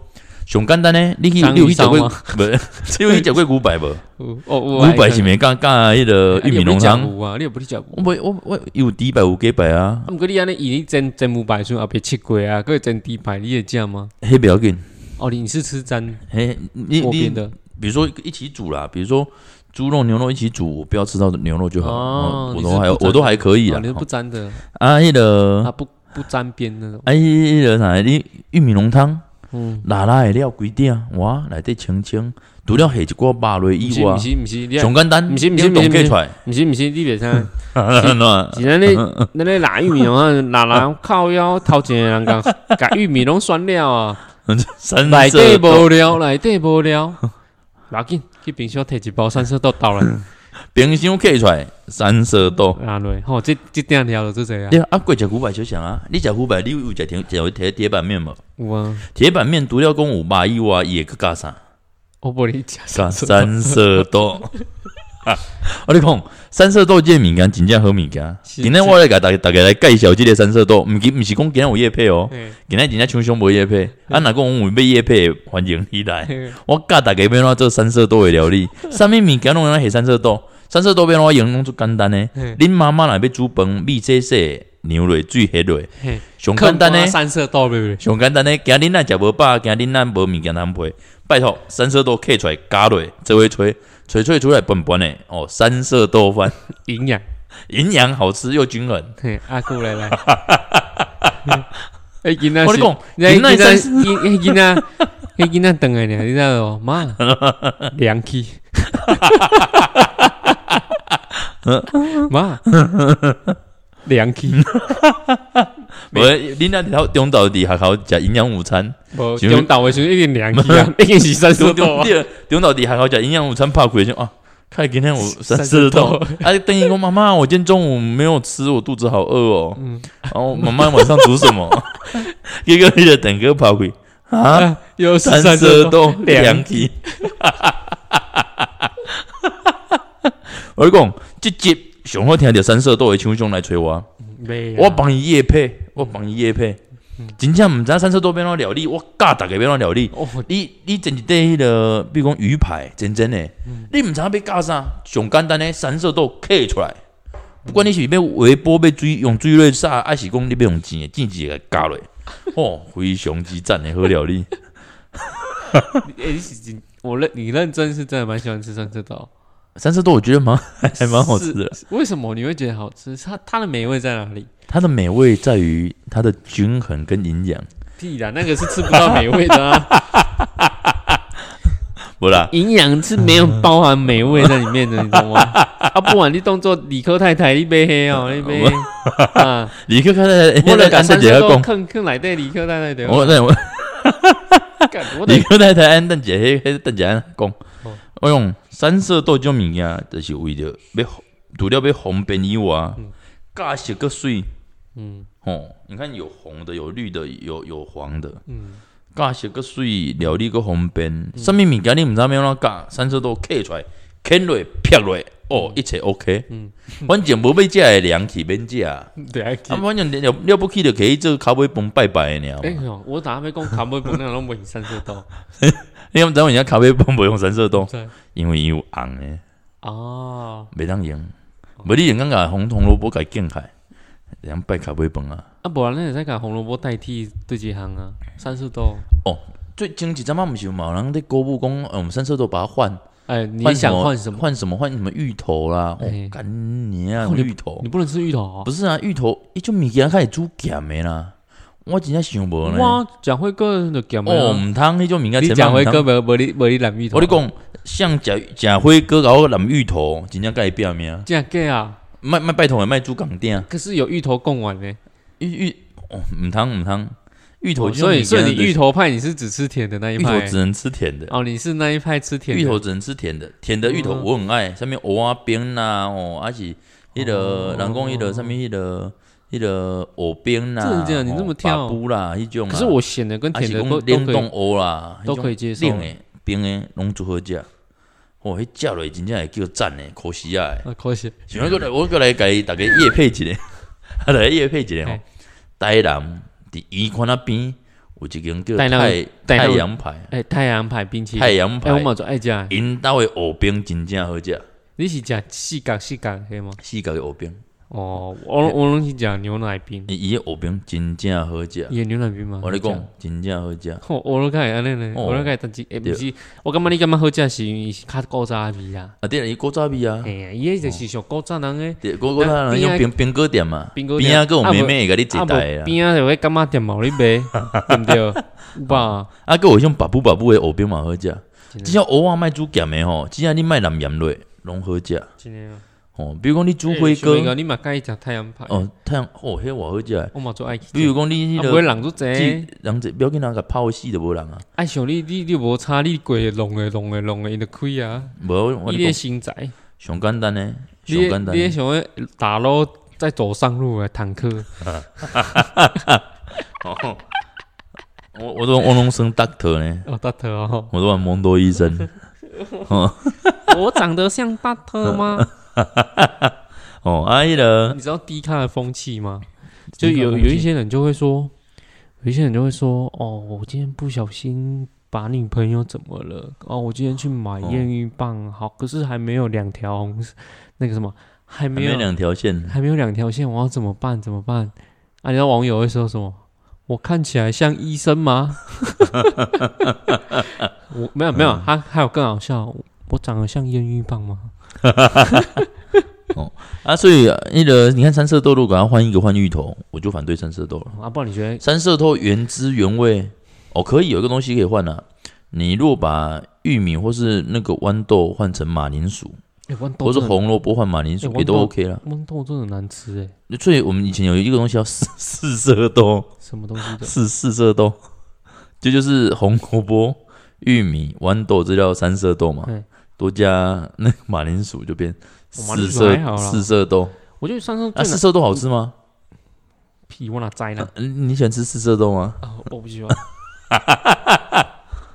S1: 上简单呢，你去
S2: 章
S1: 你有
S2: 鱼
S1: 去食
S2: 烧
S1: 过，
S2: 吗
S1: 无， 你有去食过牛排无？
S2: 有哦， 我
S1: 牛排是咪干干迄个玉米浓汤？
S2: 啊，你又不去食
S1: 我袂我我有猪排有鸡排啊
S2: 啊，，毋过你安尼伊咧蒸蒸牛排，像后壁切过啊，佮蒸猪排，你会食吗？
S1: 迄不要紧，
S2: 哦，你是吃沾
S1: 嘿，你
S2: 锅
S1: 你
S2: 边的
S1: 比如说一起煮啦，比如说猪肉牛肉一起煮，我不要吃到牛肉就好，
S2: 哦
S1: 哦我
S2: 你是
S1: 都还
S2: 不沾
S1: 我都还可以
S2: 哦
S1: 啦
S2: 你。是不沾的，
S1: 啊，迄
S2: 啊
S1: 个
S2: 不不沾边那种。
S1: 啊迄个啥？你玉米浓汤。
S2: 嗯，
S1: 拉拉的料几点，哇，内底清清，除了下一寡肉类
S2: 毋
S1: 以啊
S2: 是毋
S1: 外，
S2: 是毋是，你
S1: 上简单，
S2: 不是不是
S1: 冷冻
S2: 不是
S1: 起出来，
S2: 毋是毋是，你
S1: 嗯
S2: 袂使。
S1: 喏
S2: 是咱咧
S1: 嗯
S2: 咱咧拿玉米啊， 拿拿靠腰头前的人讲， 甲玉米拢酸了啊，
S1: 三
S2: 内底
S1: 色豆
S2: 无聊，内底无聊， 不要紧，去冰箱摕一包三色豆倒来，
S1: 冰箱起出来，三色豆。
S2: 啊对，吼，这这点聊就做这啊，
S1: 对啊，啊，过食牛排小想啊，你食牛排，你有食铁有铁铁板面无？
S2: 有啊，
S1: 铁板面除了讲有肉以外，伊会去加啥？
S2: 我无你食
S1: 加三色 豆。啊我咧讲，三色豆这个物件真正好物件。
S2: 是
S1: 今天我来甲大家大家来介绍这个三色豆，毋是毋是讲今天有叶配哦，
S2: 嘿
S1: 今天真正像像无叶配。啊，若讲有要叶配，欢迎你来。
S2: 嘿
S1: 我教大家要怎做三色豆的料理，啥物物件拢用下三色豆，三色豆要怎用拢足简单呢
S2: 嘿？
S1: 恁妈妈若要煮饭，米洗洗，牛肉水下落，
S2: 嘿，
S1: 上简单呢
S2: 看看，三色豆对不对？
S1: 上简单呢。今日咱食无饱，今日咱无物件通配，拜托三色豆刻出来加落，做伙吹，吹吹出来本本的哦，三色豆饭
S2: 营养，
S1: 营养好吃又均衡。
S2: 嘿，阿姑来来，哎，囡仔
S1: 我咧
S2: 是，
S1: 讲，
S2: 囡
S1: 囡
S2: 仔
S1: 仔
S2: 囡
S1: 三
S2: 仔囡仔，迄囡仔等来呢，你知道哦妈，凉气。妈，凉气，
S1: 无恁那条中昼伫学校食营养午餐，
S2: 无
S1: 想
S2: 中岛的时候一定凉气啊，一定是三
S1: 中
S2: 十度
S1: 中
S2: 啊，
S1: 对中昼伫学校食营养午餐，拍开就啊。看今天我三色豆， 啊，等一讲妈妈，我今天中午没有吃，我肚子好饿哦。
S2: 嗯
S1: 然后妈妈晚上煮什么？ 结果你就等个跑回啊，
S2: 啊，又是
S1: 三
S2: 三
S1: 色
S2: 十度，
S1: 豆
S2: 两
S1: 两级。我跟你讲，这集上好听到三色豆的唱兄来找我，
S2: 没啊
S1: 我帮伊夜配，我帮伊夜配。真正毋知道三色豆变怎么料理，我教大家变怎么料理。
S2: 哦，
S1: 你你整一块迄个，比如讲鱼排，真真诶，你毋知影要加啥，上简单诶，三色豆刻出来。不管你是要微波、要水用水类啥，还是讲你要用钱诶，钱钱来加落，哦，非常之赞诶好料理。
S2: 哎，你是真我认你认真是真的蛮喜欢吃三色豆，
S1: 三色豆我觉得蛮 还蛮好吃的，
S2: 是为什么你会觉得好吃？是它它的美味在哪里？
S1: 它的美味在于它的均衡跟营养。
S2: 屁啦，那个是吃不到美味的啊！
S1: 不啦，
S2: 营养是没有包含美味在里面的，你懂吗？啊，不然你当做理科太太，你杯黑哦，你杯啊，
S1: 你看看那
S2: 我
S1: 那
S2: 来
S1: 安
S2: 三
S1: 蛋姐
S2: 色
S1: 要
S2: 豆
S1: 讲，
S2: 坑坑来对理科太太对吧？
S1: 我那我
S2: 干我
S1: 你
S2: 得
S1: 看那台安蛋姐迄迄蛋姐安讲
S2: 哦，
S1: 我用三色豆这种物件，就是为了要除了要方便以外，加色个水。
S2: 嗯
S1: 哦，你看有红的，有绿的，有有黄的，
S2: 嗯，
S1: 加些个水，料理个方便。什么物件你毋知要安怎加，三色豆刻出来，啃落劈落，哦，一切 OK。嗯，反正无要食的凉去免 食，啊，
S2: 对啊。
S1: 反正了了不起就可以做咖啡饭拜拜的尔
S2: 哎
S1: 嘛。
S2: 呦，我打算要讲卡布本那种伪三色豆，
S1: 你毋知影人家咖啡饭无用三色豆
S2: 对，
S1: 因为伊有红的，
S2: 哦，
S1: 袂当用。无你用感觉红铜萝卜改敬开，人拜咖啡饭啊。
S2: 啊，不然那你再把红萝卜代替对这行啊，三色豆。
S1: 最前一阵仔毋是嘛，有人在鼓舞讲，呃我们三色豆把它换。
S2: 哎，你
S1: 换
S2: 想换什么？
S1: 换什么？换什么芋头啦？
S2: 哎
S1: 哦，干你啊
S2: 哦，你
S1: 芋头
S2: 你不能吃芋头哦
S1: 不。是啊，芋头伊种物件开始煮咸的啦，我真正想无呢。
S2: 哇，蒋辉哥就咸
S1: 哦，
S2: 啊！
S1: 毋通迄种物件，
S2: 你蒋辉哥
S1: 千万唔通，
S2: 无无你无你蓝芋头。
S1: 我你，讲，像食食辉哥搞蓝芋头，真正甲伊拼命，
S2: 这样假啊！
S1: 卖卖拜托的卖煮港店，
S2: 可是有芋头贡丸呢，
S1: 芋芋哦，毋通毋通，芋头
S2: 哦
S1: 这种
S2: 所以
S1: 物
S2: 所
S1: 件
S2: 以你
S1: 就是
S2: 芋头派你是只吃甜的那一
S1: 芋头
S2: 派
S1: 只能吃甜的。
S2: 哦，你是那一派吃甜的
S1: 芋头只能吃甜的，甜的芋头
S2: 嗯
S1: 我很爱，上面蚵仔冰啦，哦，而且迄个
S2: 哦
S1: 人讲迄个上面迄个迄个蚵冰啦，
S2: 真的假的你这么
S1: 哦
S2: 跳
S1: 把布啦，迄种啊，
S2: 可是我咸的跟
S1: 啊
S2: 甜
S1: 是
S2: 的
S1: 讲
S2: 都都
S1: 冷
S2: 可
S1: 冻
S2: 以
S1: 蚵啦，
S2: 都可以接受
S1: 迄种冷的冰的拢做好食。哦，迄食落真正会叫赞的，可惜啊！
S2: 啊，可惜
S1: 想要过来，我过来给大家夜配一 下，啊，来夜配一下哦
S2: 嘿。
S1: 台南伫圆宽那边有一间叫
S2: 台南
S1: 太
S2: 台
S1: 太
S2: 南
S1: 阳牌，
S2: 哎，太阳牌冰淇
S1: 太
S2: 淋，
S1: 阳
S2: 哎，我
S1: 牌，
S2: 嘛做爱食的，
S1: 因兜的蚵冰真正好食。
S2: 你是食四角四角的吗？
S1: 四角的蚵饼，
S2: 哦，我我拢是食牛奶冰，
S1: 伊伊的蚵饼真正好食，
S2: 伊的牛奶冰嘛。
S1: 我咧
S2: 嗯好吃
S1: 讲，真正好食。
S2: 我我拢会安尼呢，
S1: 哦
S2: 我拢会但是诶，
S1: 对
S2: 毋是，我感觉你感觉好食是因为伊是较古早的味啊。
S1: 啊，对啦，伊古早味啊
S2: 哎，呀，伊迄就是属古早人诶，
S1: 对，古古早人
S2: 边
S1: 用
S2: 啊
S1: 冰冰糕点嘛，
S2: 冰糕店
S1: 边啊，还有
S2: 啊
S1: 妹妹会甲你坐
S2: 啊
S1: 台
S2: 无
S1: 啊，
S2: 边仔就会感觉店毛咧卖，对毋对？有吧？
S1: 啊，还有用白布白布的蚵饼嘛好食。
S2: 真的
S1: 只要蚵仔卖煮咸的吼，只要你卖南盐类拢好食。
S2: 真诶啊。
S1: 哦，比如讲你煮
S2: 欸
S1: 火
S2: 小明哥
S1: 锅，
S2: 你嘛介意食太阳牌？
S1: 哦，太阳哦，迄我好食。
S2: 我嘛做爱去吃。
S1: 比如讲你迄
S2: 啊，不
S1: 个，
S2: 会人足
S1: 即
S2: 济。
S1: 人这不要紧，人甲泡死就无人啊。
S2: 啊，像你你你无差，你过会弄诶弄诶弄诶，伊就开啊。
S1: 无，我跟你
S2: 伊咧
S1: 讲
S2: 身材，
S1: 上简单呢，
S2: 你
S1: 上
S2: 的
S1: 简单
S2: 你
S1: 的
S2: 的。想要打咯，再走上路诶，坦克。
S1: 哦，我我都我拢算 doctor 呢。
S2: 哦，大特哦。
S1: 我都玩蒙多医生
S2: 我长得像大特吗？
S1: 哦，啊，迄个
S2: 你知道低咖的风气吗？就
S1: 低咖
S2: 有
S1: 风
S2: 有
S1: 气
S2: 一些人就会说，有一些人就会说，哦，我今天不小心把女朋友怎么了？哦，我今天去买
S1: 哦
S2: 验孕棒，好，可是还没有两条红，那个什么，还
S1: 还
S2: 没
S1: 没
S2: 有
S1: 两条线，
S2: 还没有两条线，我要怎么办？怎么办？啊，你知道网友会说什么？我看起来像医生吗？ 我没有没有，
S1: 嗯
S2: 还还有更好笑，我长得像验孕棒吗？
S1: 啊，所以那个你看三色豆如果要换一个换芋头，我就反对三色豆了。
S2: 啊，不然你觉得
S1: 三色豆原汁原味，哦，可以有一个东西可以换啊，你如果把玉米或是那个豌豆换成马铃薯，
S2: 哎豌豆
S1: 或是
S2: 真的
S1: 红萝卜换马铃薯
S2: 哎
S1: 也都
S2: 豌豆
S1: OK 啦。
S2: 豌豆真的很难吃哎、
S1: 所以我们以前有一个东西叫四四色豆，
S2: 什么东西的？
S1: 四四色豆， 这就是红萝卜、玉米、豌豆，这叫三色豆嘛
S2: 嗯。
S1: 多加那个马铃薯就变
S2: 马铃
S1: 四
S2: 薯
S1: 色
S2: 还好啦
S1: 四色豆。
S2: 我觉得三生
S1: 啊，
S2: 最
S1: 四
S2: 难
S1: 色豆好吃吗？
S2: 皮，我哪摘呢？
S1: 嗯，你喜欢吃四色豆吗？
S2: 啊， 我不喜欢。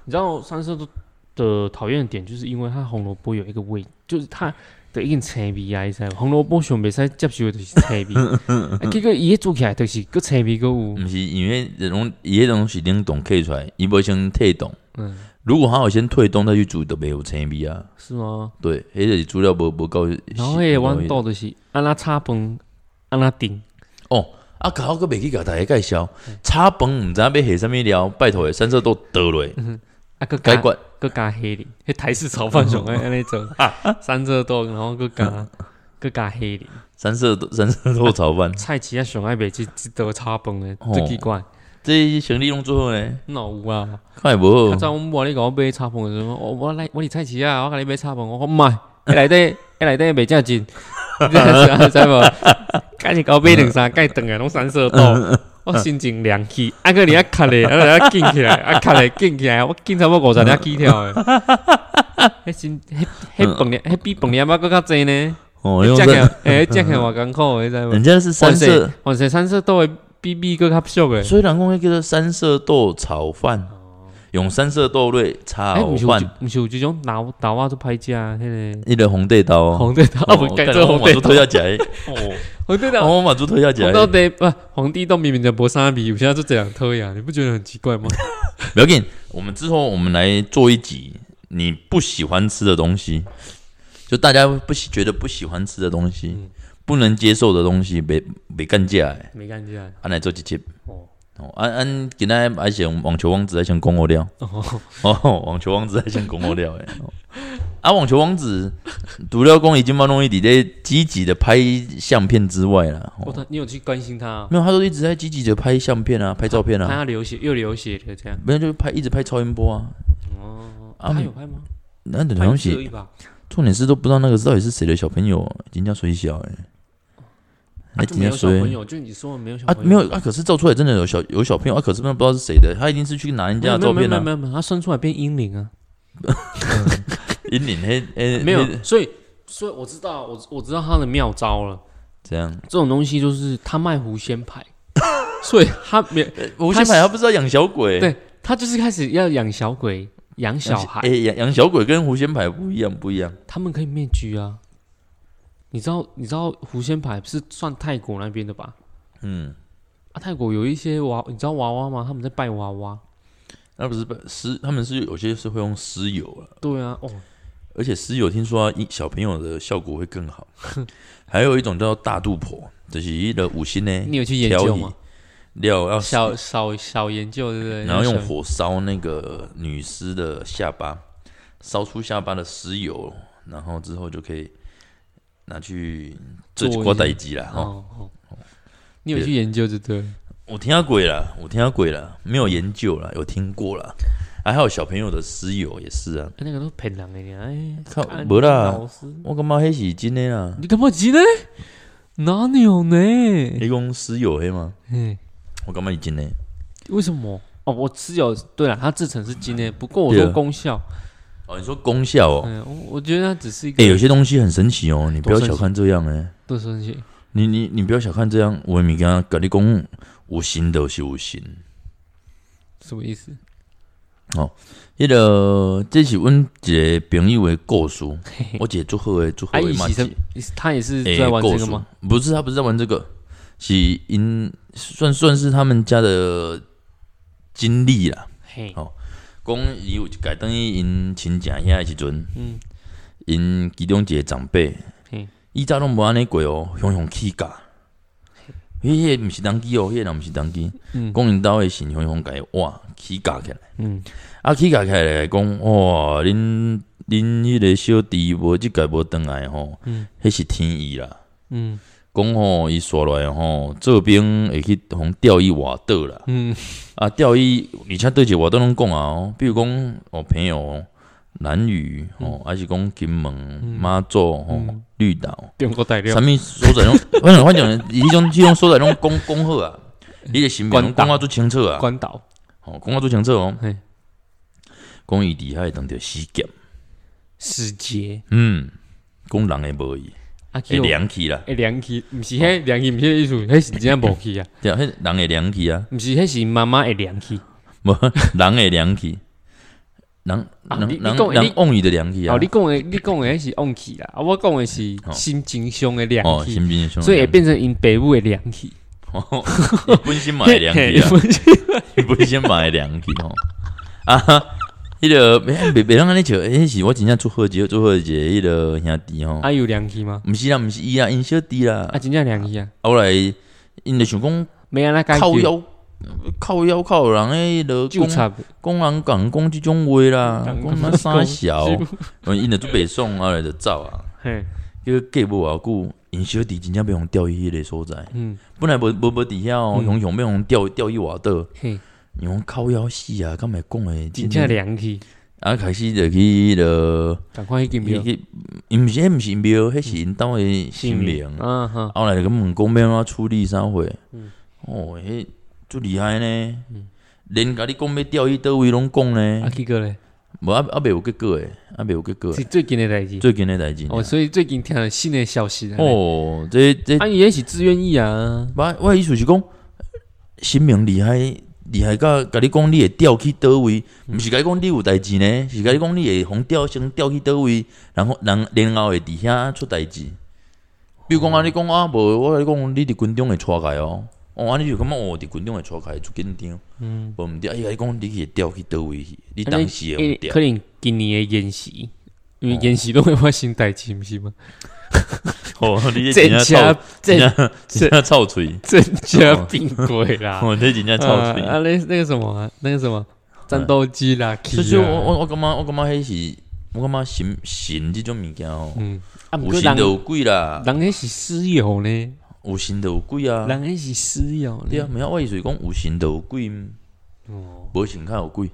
S2: 你知道三色豆的讨厌的点，就是因为它红萝卜有一个味，就是它的一个青味啊，你知道吗红萝卜上袂使接受的就是青 味，啊结果伊迄做起来就是个青味个有，
S1: 不是，因为这种这种是冷冻刻出来，伊不会先退冻。
S2: 嗯，
S1: 如果它有先退冻再去煮，都没有青味啊。
S2: 是吗？
S1: 对，迄个是煮了无无够。
S2: 然后迄个豌
S1: 不够
S2: 豆就是安那炒饭，安那顶，
S1: 啊，搞我个袂去甲大家介绍，炒饭毋知影要下啥物料，拜托的三色豆倒落，
S2: 啊，个
S1: 解决
S2: 个加黑林，迄台式炒 饭上爱安尼做，三色豆，然后个加个加黑林，
S1: 三色豆 三色豆炒 饭，
S2: 菜市啊上爱卖即即道炒饭诶，
S1: 哦
S2: 最奇怪，
S1: 这生理拢做好呢，
S2: 哪有啊？
S1: 看会无
S2: 较
S1: 好。
S2: 早阮母咧甲我买炒饭的时阵，我我来我伫菜市啊，我甲你买炒饭，我讲毋买，迄内底迄内底卖 正真，你知道你知道无？赶紧甲我买两三盖顿来拢三色豆，我心情凉气，啊个你啊卡咧，啊个紧起来，啊卡咧紧起来，我紧差不多五十粒起跳诶。迄心迄迄饭粒，迄比饭粒啊搁较济呢。
S1: 哦，用
S2: 食起来
S1: 这，
S2: 诶，食起来偌艰苦的，你知道 无
S1: 人？家是三色，
S2: 哇塞，三色豆诶比米搁较俗诶。
S1: 所以人讲迄叫做三色豆炒饭，用三色豆类
S2: 哦哎，
S1: 炒
S2: 毋是有
S1: 饭
S2: 这，毋是有即种豆豆啊，都歹食迄个。
S1: 迄个红地豆哦。
S2: 红地豆，啊，不改做红
S1: 我
S2: 地
S1: 都
S2: 豆
S1: 推，要食 的，
S2: 红地
S1: 哦
S2: 豆，
S1: 我嘛都推要食
S2: 红
S1: 的
S2: 到。地不，红地豆明明就无啥味，有现在就这样偷呀，你不觉得很奇怪吗？
S1: 不要紧，我们之后我们来做一集你不喜欢吃的东西，就大家不喜觉得不喜欢吃的东西，
S2: 嗯
S1: 不能接受的东西，没没干架的，
S2: 没感觉啊，
S1: 安、来做一集。
S2: 哦
S1: 哦，安、安、今天还先网球王子还先讲我了，
S2: 哦，
S1: 哦，网球王子还先讲我了诶。哦啊，网球王子除了讲已经蛮容易伫咧积极的拍相片之外啦，
S2: 我
S1: 哦、
S2: 他你有去关心他啊？
S1: 没有，他都一直在积极的拍相片啊，拍照片啊。
S2: 他要流血又流血的这样，
S1: 没有，就是拍一直拍超音波啊。
S2: 哦，
S1: 啊
S2: 他有拍吗？
S1: 那等
S2: 拍
S1: 东
S2: 一次而
S1: 西，
S2: 已吧，
S1: 重点是都不知道那个到底是谁的小朋友，人家水小哎、
S2: 啊
S1: 哎，
S2: 就
S1: 人
S2: 没
S1: 家
S2: 有小
S1: 水
S2: 朋友，就你说没有小
S1: 啊，
S2: 朋
S1: 没
S2: 友，
S1: 有啊，可是照出来真的有小有小朋友啊，可是不知道是谁的，他一定是去拿人
S2: 没
S1: 家
S2: 有，
S1: 的
S2: 没
S1: 照
S2: 有，没有，
S1: 片
S2: 没有，
S1: 啊
S2: 没，有，没有他生出来变婴灵啊，
S1: 引领黑黑
S2: 没
S1: 黑
S2: 有，所以，所以我知道，我我知道他的妙招了，
S1: 这样，
S2: 这种东西就是他卖狐仙牌， 所以他没。
S1: 我先买他不知道养小鬼，
S2: 呃对他就是开始要养小鬼、养
S1: 养
S2: 小孩，
S1: 哎养养小鬼跟狐仙牌不一样，不一样，
S2: 他们可以灭居啊。你知道你知道狐仙牌是算泰国那边的吧？
S1: 嗯，
S2: 啊，泰国有一些娃，你知道娃娃吗？他们在拜娃娃。
S1: 那不是尸，他们是有些是会用尸油啊，
S2: 对啊，哦，
S1: 而且私有听说、啊、一小朋友的效果会更 好。还有一种叫大肚婆，就是一个五星呢，
S2: 你有去研究吗？
S1: 料要烧，
S2: 小小小研究，对不对？
S1: 哦然后用
S2: 小
S1: 火烧那个女尸的下巴，烧出下巴的尸油，然后之后就可以拿去做
S2: 做一
S1: 瓜
S2: 些
S1: 代机啦。哈、
S2: 哦哦，你有去研究就对了。
S1: 我听到鬼啦，我听到鬼啦，没有研究啦，有听过啦。啊，还有小朋友的尸油也是啊，
S2: 哎那个都骗人的呀！哎，
S1: 靠
S2: 看
S1: 没啦
S2: 老师
S1: 我感觉黑是真的啦。
S2: 你干嘛急呢？哪里有呢？
S1: 你讲尸油黑吗？
S2: 哎，
S1: 我感觉是真的。
S2: 为什么？哦，我吃有对了，它制成是金的，不过我说
S1: 对啊
S2: 功效，
S1: 哦，你说功效哦，
S2: 嗯，我我觉得它只是一个
S1: 哎、有些东西很神奇哦，你不要
S2: 多神
S1: 小
S2: 奇
S1: 看这样哎、
S2: 多神奇，
S1: 你你你不要小看这样，我咪跟跟你讲，有心都是有心。
S2: 什么意思？
S1: 迄、那个这是阮一个朋友的故事，我姐祝贺的祝贺
S2: 啊，
S1: 的
S2: 一
S1: 嘛
S2: 起
S1: 是
S2: 生，他也是
S1: 诶
S2: 在玩这
S1: 故
S2: 个
S1: 事
S2: 吗？？
S1: 不是，他不是在玩这个，是因算算是他们家的经历啦。
S2: 嘿
S1: 哦，讲伊有一届等于因亲情遐的时阵，
S2: 嗯，
S1: 因其中一个长辈
S2: 嘿，
S1: 伊早拢无安尼过哦，雄雄起价。迄个毋是人机哦，迄个人毋是人机，
S2: 嗯
S1: 讲因兜的神雄雄改哎哇起价起来，
S2: 嗯，
S1: 啊起价起来讲哇，恁恁迄个小弟无即届无倒来吼，
S2: 嗯
S1: 迄是天意啦。
S2: 嗯
S1: 讲吼，伊刷落来吼，做兵会去互钓伊外岛啦。
S2: 嗯，
S1: 啊，钓鱼，而且对一个活动拢讲啊，哦，比如讲哦，朋友哦，南屿哦，
S2: 嗯
S1: 还是讲金门、妈祖哦、绿岛，
S2: 中国大料
S1: 啥，物所在拢，反正反正，伊迄 种迄种所在拢讲讲好啊，你的行
S2: 关
S1: 拢
S2: 岛
S1: 讲啊足清楚啊，
S2: 关岛，
S1: 哦，讲啊足清楚哦
S2: 嘿，
S1: 讲伊厉害，当着死剑，
S2: 使节，
S1: 嗯，讲人会无伊，
S2: 啊，
S1: 会
S2: 去有
S1: 凉气啦，
S2: 会凉气，毋是迄凉气，毋是迄意思，迄是真正无 去啊，
S1: 对啊，迄人会凉气啊，
S2: 毋是迄是妈妈会凉气，
S1: 无人会凉气，人
S2: 啊
S1: 人
S2: 你你
S1: 人
S2: 讲的
S1: 人往伊的凉气啊
S2: 哦，你，讲的你讲的迄是旺气啦，啊，我讲的是
S1: 哦
S2: 心情上的凉
S1: 哦，
S2: 气，
S1: 心情上的
S2: 所以会
S1: 凉气
S2: 变成因爸母的凉气，
S1: 哦，你本身买凉
S2: 嘿
S1: 气啊，
S2: 嘿分析
S1: 你本身买凉气吼啊，迄个哎别别别人安尼笑，迄是我真正祝贺节祝贺节迄个兄弟吼，
S2: 啊，有凉气吗？
S1: 毋是啦，毋是伊啦，因小弟啦
S2: 啊，，真正凉气啊，
S1: 后来因就想讲
S2: 没安那解
S1: 靠
S2: 决，
S1: 腰靠腰靠人诶，落
S2: 就
S1: 讲
S2: 差
S1: 讲人讲讲即种话啦，
S2: 人
S1: 讲
S2: 讲
S1: 那啥小
S2: 是，
S1: 嗯，因着做北宋后来就走啊，
S2: 嘿，
S1: 结果过无偌久，因小弟真正被互调去迄个所在，
S2: 嗯
S1: 本来无无无伫遐哦，
S2: 嗯
S1: 熊熊被互调调去外岛，
S2: 嘿，
S1: 你讲靠腰死啊，敢会讲诶，
S2: 真正凉去，
S1: 啊开始就去了，
S2: 赶快去金
S1: 去
S2: 庙，
S1: 去，因毋是迄毋是庙，迄是因兜诶神明，
S2: 啊哈，
S1: 后来就跟问讲要安怎处理啥货，
S2: 嗯
S1: 哦，迄足厉害呢，连甲你讲要调去倒位拢讲呢
S2: 啊，。去过咧，
S1: 无啊啊，未有结果诶，啊未有结果
S2: 是
S1: 诶，
S2: 最近的代志。
S1: 最近诶代志。
S2: 哦，所以最近听了新的消息啊。
S1: 哦，这这，
S2: 啊，伊也是自愿意啊，
S1: 我我的意思是讲，新明厉害厉害到甲你讲你会调去倒位，毋是甲你讲你有代志呢，是甲你讲你会互调先调去倒位，然后然然后会伫遐出代志。比如讲啊，你讲啊，无我甲你讲，你伫军中会错开哦。哦，安尼就感觉哦，伫军中会错开，出紧张。嗯，无毋对，哎呀，你讲你会调去倒位去，你当时会有
S2: 因
S1: 调
S2: 可。能今年的演习，因为演习都会发生代志，不是吗？
S1: 哦，你这
S2: 这
S1: 真正
S2: 家
S1: 臭真
S2: 这
S1: 正真正臭嘴。
S2: 这家并轨啦，
S1: 哦 哦，这真正臭
S2: 啊
S1: 嘴。
S2: 啊那那个什么啊，那个什么战斗机啦，
S1: 嗯所以
S2: 机
S1: 说
S2: 啦
S1: 我我我感觉我感觉迄是，我感觉神神即种物件吼，
S2: 嗯，啊，不
S1: 有
S2: 过
S1: 神
S2: 人
S1: 就有鬼啦，
S2: 人迄是私有呢，人
S1: 有神就有鬼啊。
S2: 迄是私有
S1: 对啊，，
S2: 呢
S1: 没有我意思是讲有神就有鬼，无神较有鬼。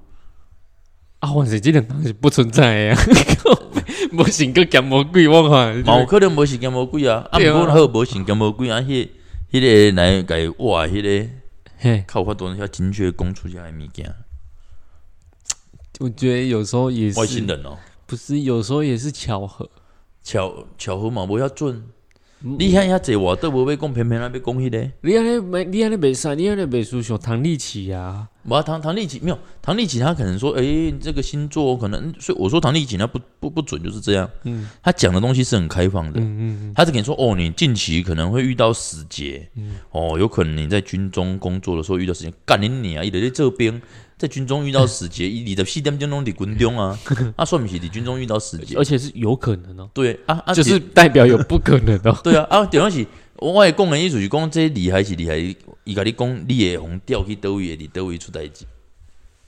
S2: 啊，反正这两东西不存在的啊， 无神个讲魔鬼，我看
S1: 嘛有可能无神兼无鬼啊，啊，
S2: 对
S1: 毋
S2: 啊
S1: 过好无神兼无鬼啊，迄迄个来改哇，迄个
S2: 嘿，
S1: 靠法度遐精确讲出遮个物件，
S2: 我觉得有时候也
S1: 外星
S2: 是，
S1: 人哦，
S2: 不是有时候也是巧合。
S1: 巧巧合嘛无遐准。
S2: 嗯
S1: 你遐遐济话都无要讲，偏偏啊要讲迄个。
S2: 你安尼没，你安尼袂使，你安尼袂输像唐立奇啊，
S1: 我唐唐立奇没有，唐立奇他可能说，哎、这个星座可能，所以我说唐立奇他不不不准就是这样，
S2: 嗯
S1: 他讲的东西是很开放的，
S2: 嗯嗯
S1: 他只跟你说，哦，你近期可能会遇到死结，
S2: 嗯
S1: 哦，有可能你在军中工作的时候遇到死结，干你你啊，一直在这边，在军中遇到死 结，你的细点钟拢在军中啊，啊，算不是你军中遇到死
S2: 嗯，
S1: 结
S2: 而，且是有可能哦，
S1: 对啊啊，，
S2: 就是代表有不可能哦
S1: 对啊，啊，点样是，我我的讲的意思是讲，这厉害是厉害，伊甲你讲，你会红调去倒位，会伫倒位出代志。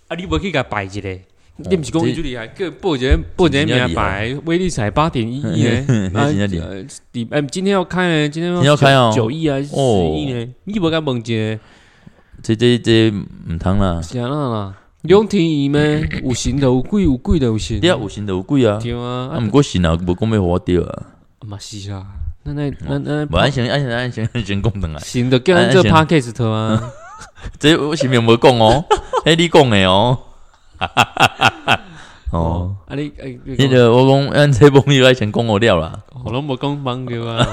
S2: 啊，你无去甲摆一个。你不是
S1: 这
S2: 讲伊最厉害，个报一个报一个
S1: 真的
S2: 名
S1: 厉害，
S2: 牌，威力彩八点一亿呢
S1: 那真的厉害
S2: 呃，第哎，今天要开呢，今天
S1: 今天要开哦哦
S2: 九亿啊，十亿呢，你无甲问一下，
S1: 这这这毋通啦，
S2: 是安那
S1: 嗯
S2: 啦？两天啊伊咩？有神的有鬼，有鬼的有神
S1: 你。啊有神就有鬼啊，
S2: 对啊，
S1: 啊
S2: 啊
S1: 毋过神啊无讲要互我着 啊，
S2: 嘛是啦，那
S1: 嗯
S2: 那那那
S1: 无安先安先安先安先讲转来，
S2: 神的叫咱
S1: 哎
S2: 这
S1: 哎
S2: podcast 啊。
S1: 这我前面无讲哦， 迄你讲的哦， 哦，
S2: 啊你哎，你哦
S1: 迄个我讲咱这朋友爱先讲我了啦，
S2: 我拢无讲网友啊，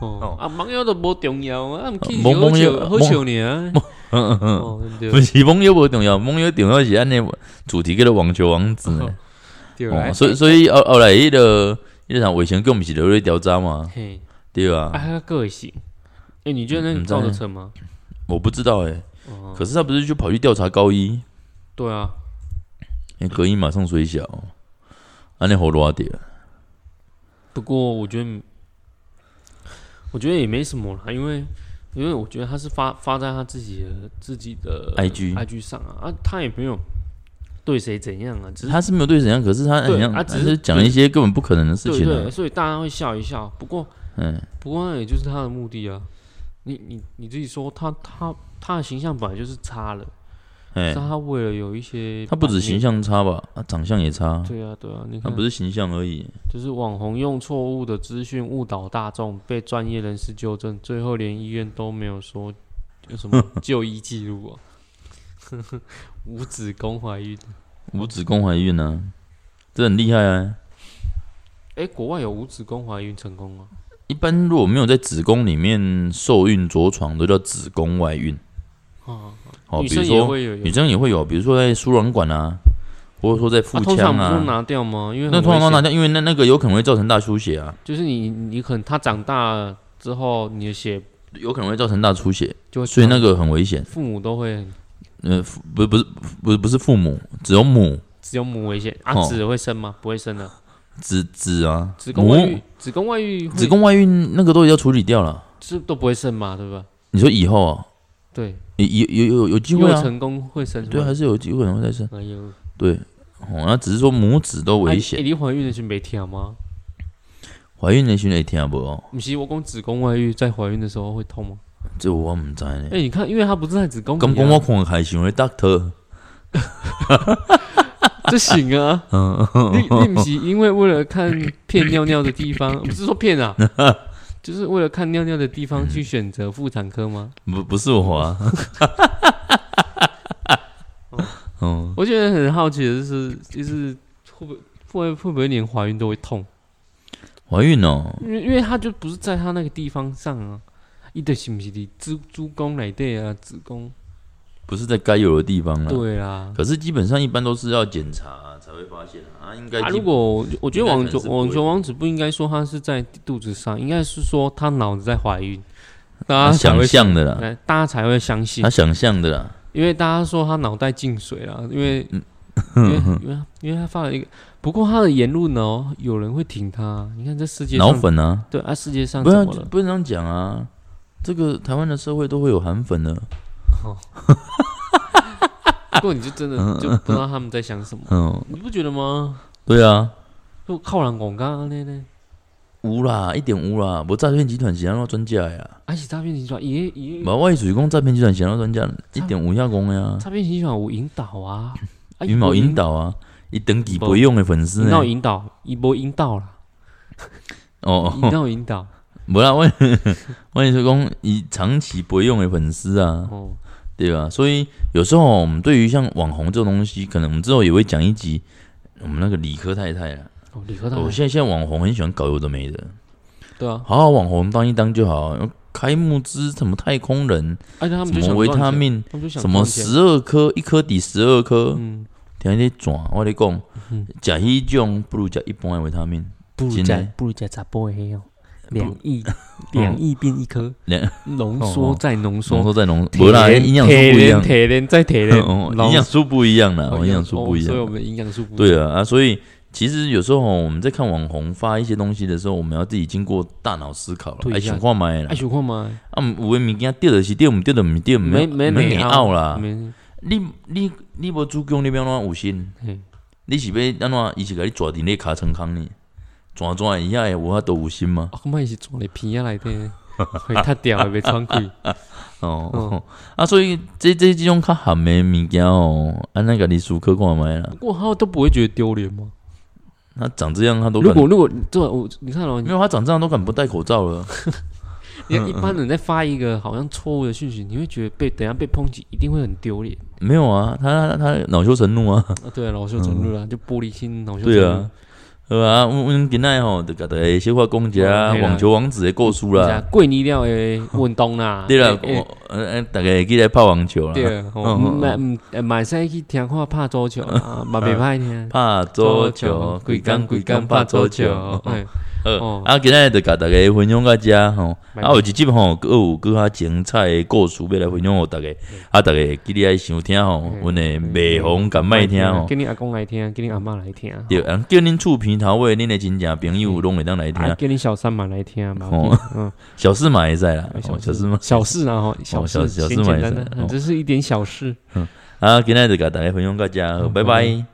S2: 哦啊网友都无重要啊，毋去
S1: 哦网
S2: 好
S1: 网
S2: 笑
S1: 友
S2: 好笑尔
S1: 嗯
S2: 啊，
S1: 嗯嗯，
S2: 哦对
S1: 不是网友无重要，网友重要是安尼主题叫做网球王子呢，
S2: 对啊啦
S1: 哦，，所以所以后后来迄个迄个啥卫生局毋是留咧调查嘛，
S2: 嘿，
S1: 对
S2: 啊
S1: 啊，
S2: 还有个性，哎你觉得那
S1: 嗯不
S2: 个
S1: 知道
S2: 造得成吗？
S1: 我不知道诶，
S2: 哦，
S1: 可是他不是就跑去调查高一，
S2: 对啊，
S1: 因为隔音马上水小，啊安尼好热着。
S2: 不过我觉得我觉得也没什么啦，因为因为我觉得他是发发在他自己的自己的
S1: IG
S2: IG 上啊，啊他也没有对谁怎样啊，只是
S1: 他是没有对怎样，可是他
S2: 对
S1: 很像，
S2: 他只是
S1: 讲一些根本不可能的事
S2: 对
S1: 情
S2: 对，
S1: 啊。
S2: 所以大家会笑一笑，不过。
S1: 嗯，
S2: 不过那也就是他的目的啊。你你你自己说，他他他的形象本来就是差了，
S1: 哎
S2: 但，他为了有一些
S1: 他不止
S2: 版
S1: 形
S2: 面，
S1: 象差吧，他长相也差，
S2: 对啊对啊，你
S1: 他
S2: 看
S1: 不是形象而已。
S2: 就是网红用错误的资讯误导大众，被专业人士纠正，最后连医院都没有说有什么就医记录啊。 无子宫怀孕，
S1: 无子宫怀孕呢，这很厉害啊。
S2: 哎、国外有无子宫怀孕成功啊？
S1: 一般如果没有在子宫里面受孕着床，都叫子宫外孕。
S2: 啊，
S1: 哦，
S2: 女
S1: 比如
S2: 生也
S1: 说
S2: 会有，有
S1: 女生也会有，比如说在输卵管啊，或者说在腹
S2: 啊通常
S1: 腔
S2: 不是都
S1: 啊，
S2: 拿掉吗？因为
S1: 那
S2: 很
S1: 通常
S2: 危
S1: 都
S2: 险
S1: 拿掉，因为那那个有可能会造成大出血啊，
S2: 就是你你可能他长大了之后，你的血
S1: 有可能会造成大出血，啊
S2: 就会
S1: 所以那
S2: 个
S1: 个很危险。
S2: 父母都会
S1: 呃，父不不是不是不是父母，只有母。
S2: 只有母危险啊
S1: 哦，
S2: 子会生吗？不会生的，
S1: 子子啊，
S2: 子宫外
S1: 母
S2: 孕，子宫外孕会
S1: 子宫外孕那个都已经处理掉了。
S2: 是都不会生嘛，对吧？
S1: 你说以后啊，
S2: 对，
S1: 有有有有机
S2: 又
S1: 会啊，
S2: 成功会生出
S1: 对，
S2: 来
S1: 还是有机会可能会再生。
S2: 哎呦，
S1: 对，哦，那只是说母子都危
S2: 啊
S1: 险，
S2: 你你怀孕的时候没疼吗？哎
S1: 怀孕的时候会听无哦，
S2: 不是，我讲子宫外孕在怀孕的时候会痛吗？
S1: 这我唔知道呢
S2: 哎、。你看，因为它不是在子宫里、啊，
S1: 咁讲我看还想咧 doctor，
S2: 这行 啊！
S1: 嗯
S2: 你你不是因为为了看骗尿尿的地方， 不是说 骗啊，就是为了看尿尿的地方去选择妇产科吗？
S1: 不不是我啊。 嗯，
S2: 我觉得很好奇的就是，就是会不会会会不会连怀孕都会痛？
S1: 怀孕哦，
S2: 因为因为它就不是在它那个地方上啊，一的是不是你子子宫哪对啊？子宫
S1: 不是在该有的地方啦。
S2: 对啊啦。
S1: 可是基本上一般都是要检查、才会发现啊，啊应该基
S2: 啊，
S1: 本、
S2: 如果我觉得网球
S1: 应该可能是不会
S2: 网球王子不应该说他是在肚子上，应该是说他脑子在怀孕，大
S1: 他
S2: 家才
S1: 啊想
S2: 会
S1: 象啊的啦，
S2: 啊哎，大家才会相信
S1: 他，想象的啦，
S2: 因为大家说他脑袋进水了，因为、
S1: 嗯
S2: 因为因为因为他发了一个，不过他的言论呢、哦，有人会挺他，你看这世界
S1: 脑
S2: 上
S1: 粉啊，
S2: 对啊，世界上
S1: 不
S2: 怎
S1: 要
S2: 么了？
S1: 不能这样讲啊，这个台湾的社会都会有韩粉的，
S2: 不过你就真的就不知道他们在想什么，
S1: 嗯，
S2: 你不觉得吗？
S1: 对啊，
S2: 就靠人广告那那，
S1: 有啦，一点有啦，无诈骗集团是安怎专家呀？
S2: 而啊且诈骗集团也也
S1: 无我意思是讲诈骗集团是安怎专家，一点有影讲的啊，
S2: 诈骗集团有引导啊，啊
S1: 羽毛引，导啊，伊长期培养的粉丝
S2: 引
S1: 呢
S2: 导，引导，一波引导啦，
S1: 哦，
S2: 引
S1: 哦
S2: 导引导，
S1: 无啦，我 我意思是讲伊长期培养的粉丝啊，
S2: 哦，
S1: 对吧？所以有时候我们对于像网红这种东西，可能我们之后也会讲一集，我们那个理科太太啊，
S2: 哦，理科大
S1: 我、
S2: 学
S1: 现在现在网红很喜欢搞有的没的，
S2: 对啊，
S1: 好好网红当一当就好，开幕之什么太空人，
S2: 而且他
S1: 什
S2: 们就
S1: 么
S2: 想
S1: 维
S2: 赚
S1: 他
S2: 钱，
S1: 命，
S2: 他们就想
S1: 什么
S2: 赚钱
S1: 十二颗，一颗抵十二颗，
S2: 嗯。
S1: 听你转，我咧讲
S2: 嗯，
S1: 食迄种不如食一般的维他命，
S2: 不如
S1: 真
S2: 加
S1: 的
S2: 不如加杂波黑哦，
S1: 不
S2: 两亿两亿变一颗，
S1: 两
S2: 浓缩再浓
S1: 浓
S2: 缩，
S1: 缩再浓，
S2: 铁
S1: 无啦，
S2: 链
S1: 营养素不一样，
S2: 铁链再铁 链，
S1: 哦
S2: 然后
S1: 营养素不一样啦，
S2: 哦
S1: 哦营养素不一
S2: 哦所以我
S1: 样，
S2: 们营养素不一样。
S1: 对啊啊，所以其实有时候我们在看网红发一些东西的时候，我们要自己经过大脑思考
S2: 对
S1: 了，哎，
S2: 一下
S1: 想看买啦
S2: 爱，情看嘛，
S1: 啊，有诶物件对的是对，毋对的毋对，
S2: 没
S1: 没
S2: 没
S1: 没
S2: 内
S1: 拗
S2: 凹
S1: 啦，
S2: 没
S1: 你你你无主攻，你要安怎有心
S2: 嘿？
S1: 你是要安怎？伊是甲你抓伫你尻川空呢？抓抓一下，有法度有心吗？
S2: 啊，我们是装咧鼻啊内底，会塌掉的，被穿开。
S1: 哦，
S2: 嗯
S1: 啊，所以这这这种较含的物件哦，安那甲你思考看卖啦。
S2: 不过他都不会觉得丢脸吗？
S1: 他长这样，他都
S2: 如
S1: 敢
S2: 果如果对我你看哦，
S1: 没有他长这样都敢不戴口罩了。嗯
S2: 你看一般人在发一个好像错误的讯息，你会觉得被等一下被抨击，一定会很丢脸。
S1: 没有啊，他他他恼羞成怒啊，
S2: 啊，对啊，恼羞成怒啦，就玻璃心，恼羞成
S1: 嗯对
S2: 怒
S1: 啊。。好啊，阮阮今仔吼，就甲大家小可讲一下
S2: 嗯嘿啦
S1: 网球王子的故事
S2: 是啊
S1: 啦。，，
S2: 过年了诶，运动啦
S1: 对啦，
S2: 欸欸
S1: 我呃呃大家会记来拍网球啦，
S2: 对，
S1: 嗯嗯
S2: 买嗯呃买使去听看拍桌球啊，嘛袂歹 听。
S1: 拍桌球，规工规工拍桌球。嗯
S2: 哎，
S1: 好
S2: 哦
S1: 啊，今仔就甲大家分享到遮吼，
S2: 拜
S1: 啊，有一集吼，佫有佫较精彩的故事要来分享互大家，啊，大家记得爱想听吼，
S2: 嗯
S1: 阮诶袂红敢卖听吼，
S2: 给你哎阿公来听，给你阿嬷来听，
S1: 对，啊，叫恁厝边头尾恁诶亲戚朋友拢会当来
S2: 啊，
S1: 哎听，
S2: 给你小三嘛来听嘛
S1: 哦，
S2: 嗯，哎
S1: 小事嘛会使啦，哦小
S2: 小
S1: 事嘛，哦
S2: 小事啊，吼，小
S1: 小
S2: 事，
S1: 小事
S2: 简
S1: 嘛
S2: 简单啊
S1: 也是
S2: 单，
S1: 哦
S2: 只是一点小事。
S1: 啊，今仔就甲大家分享到遮，好拜拜。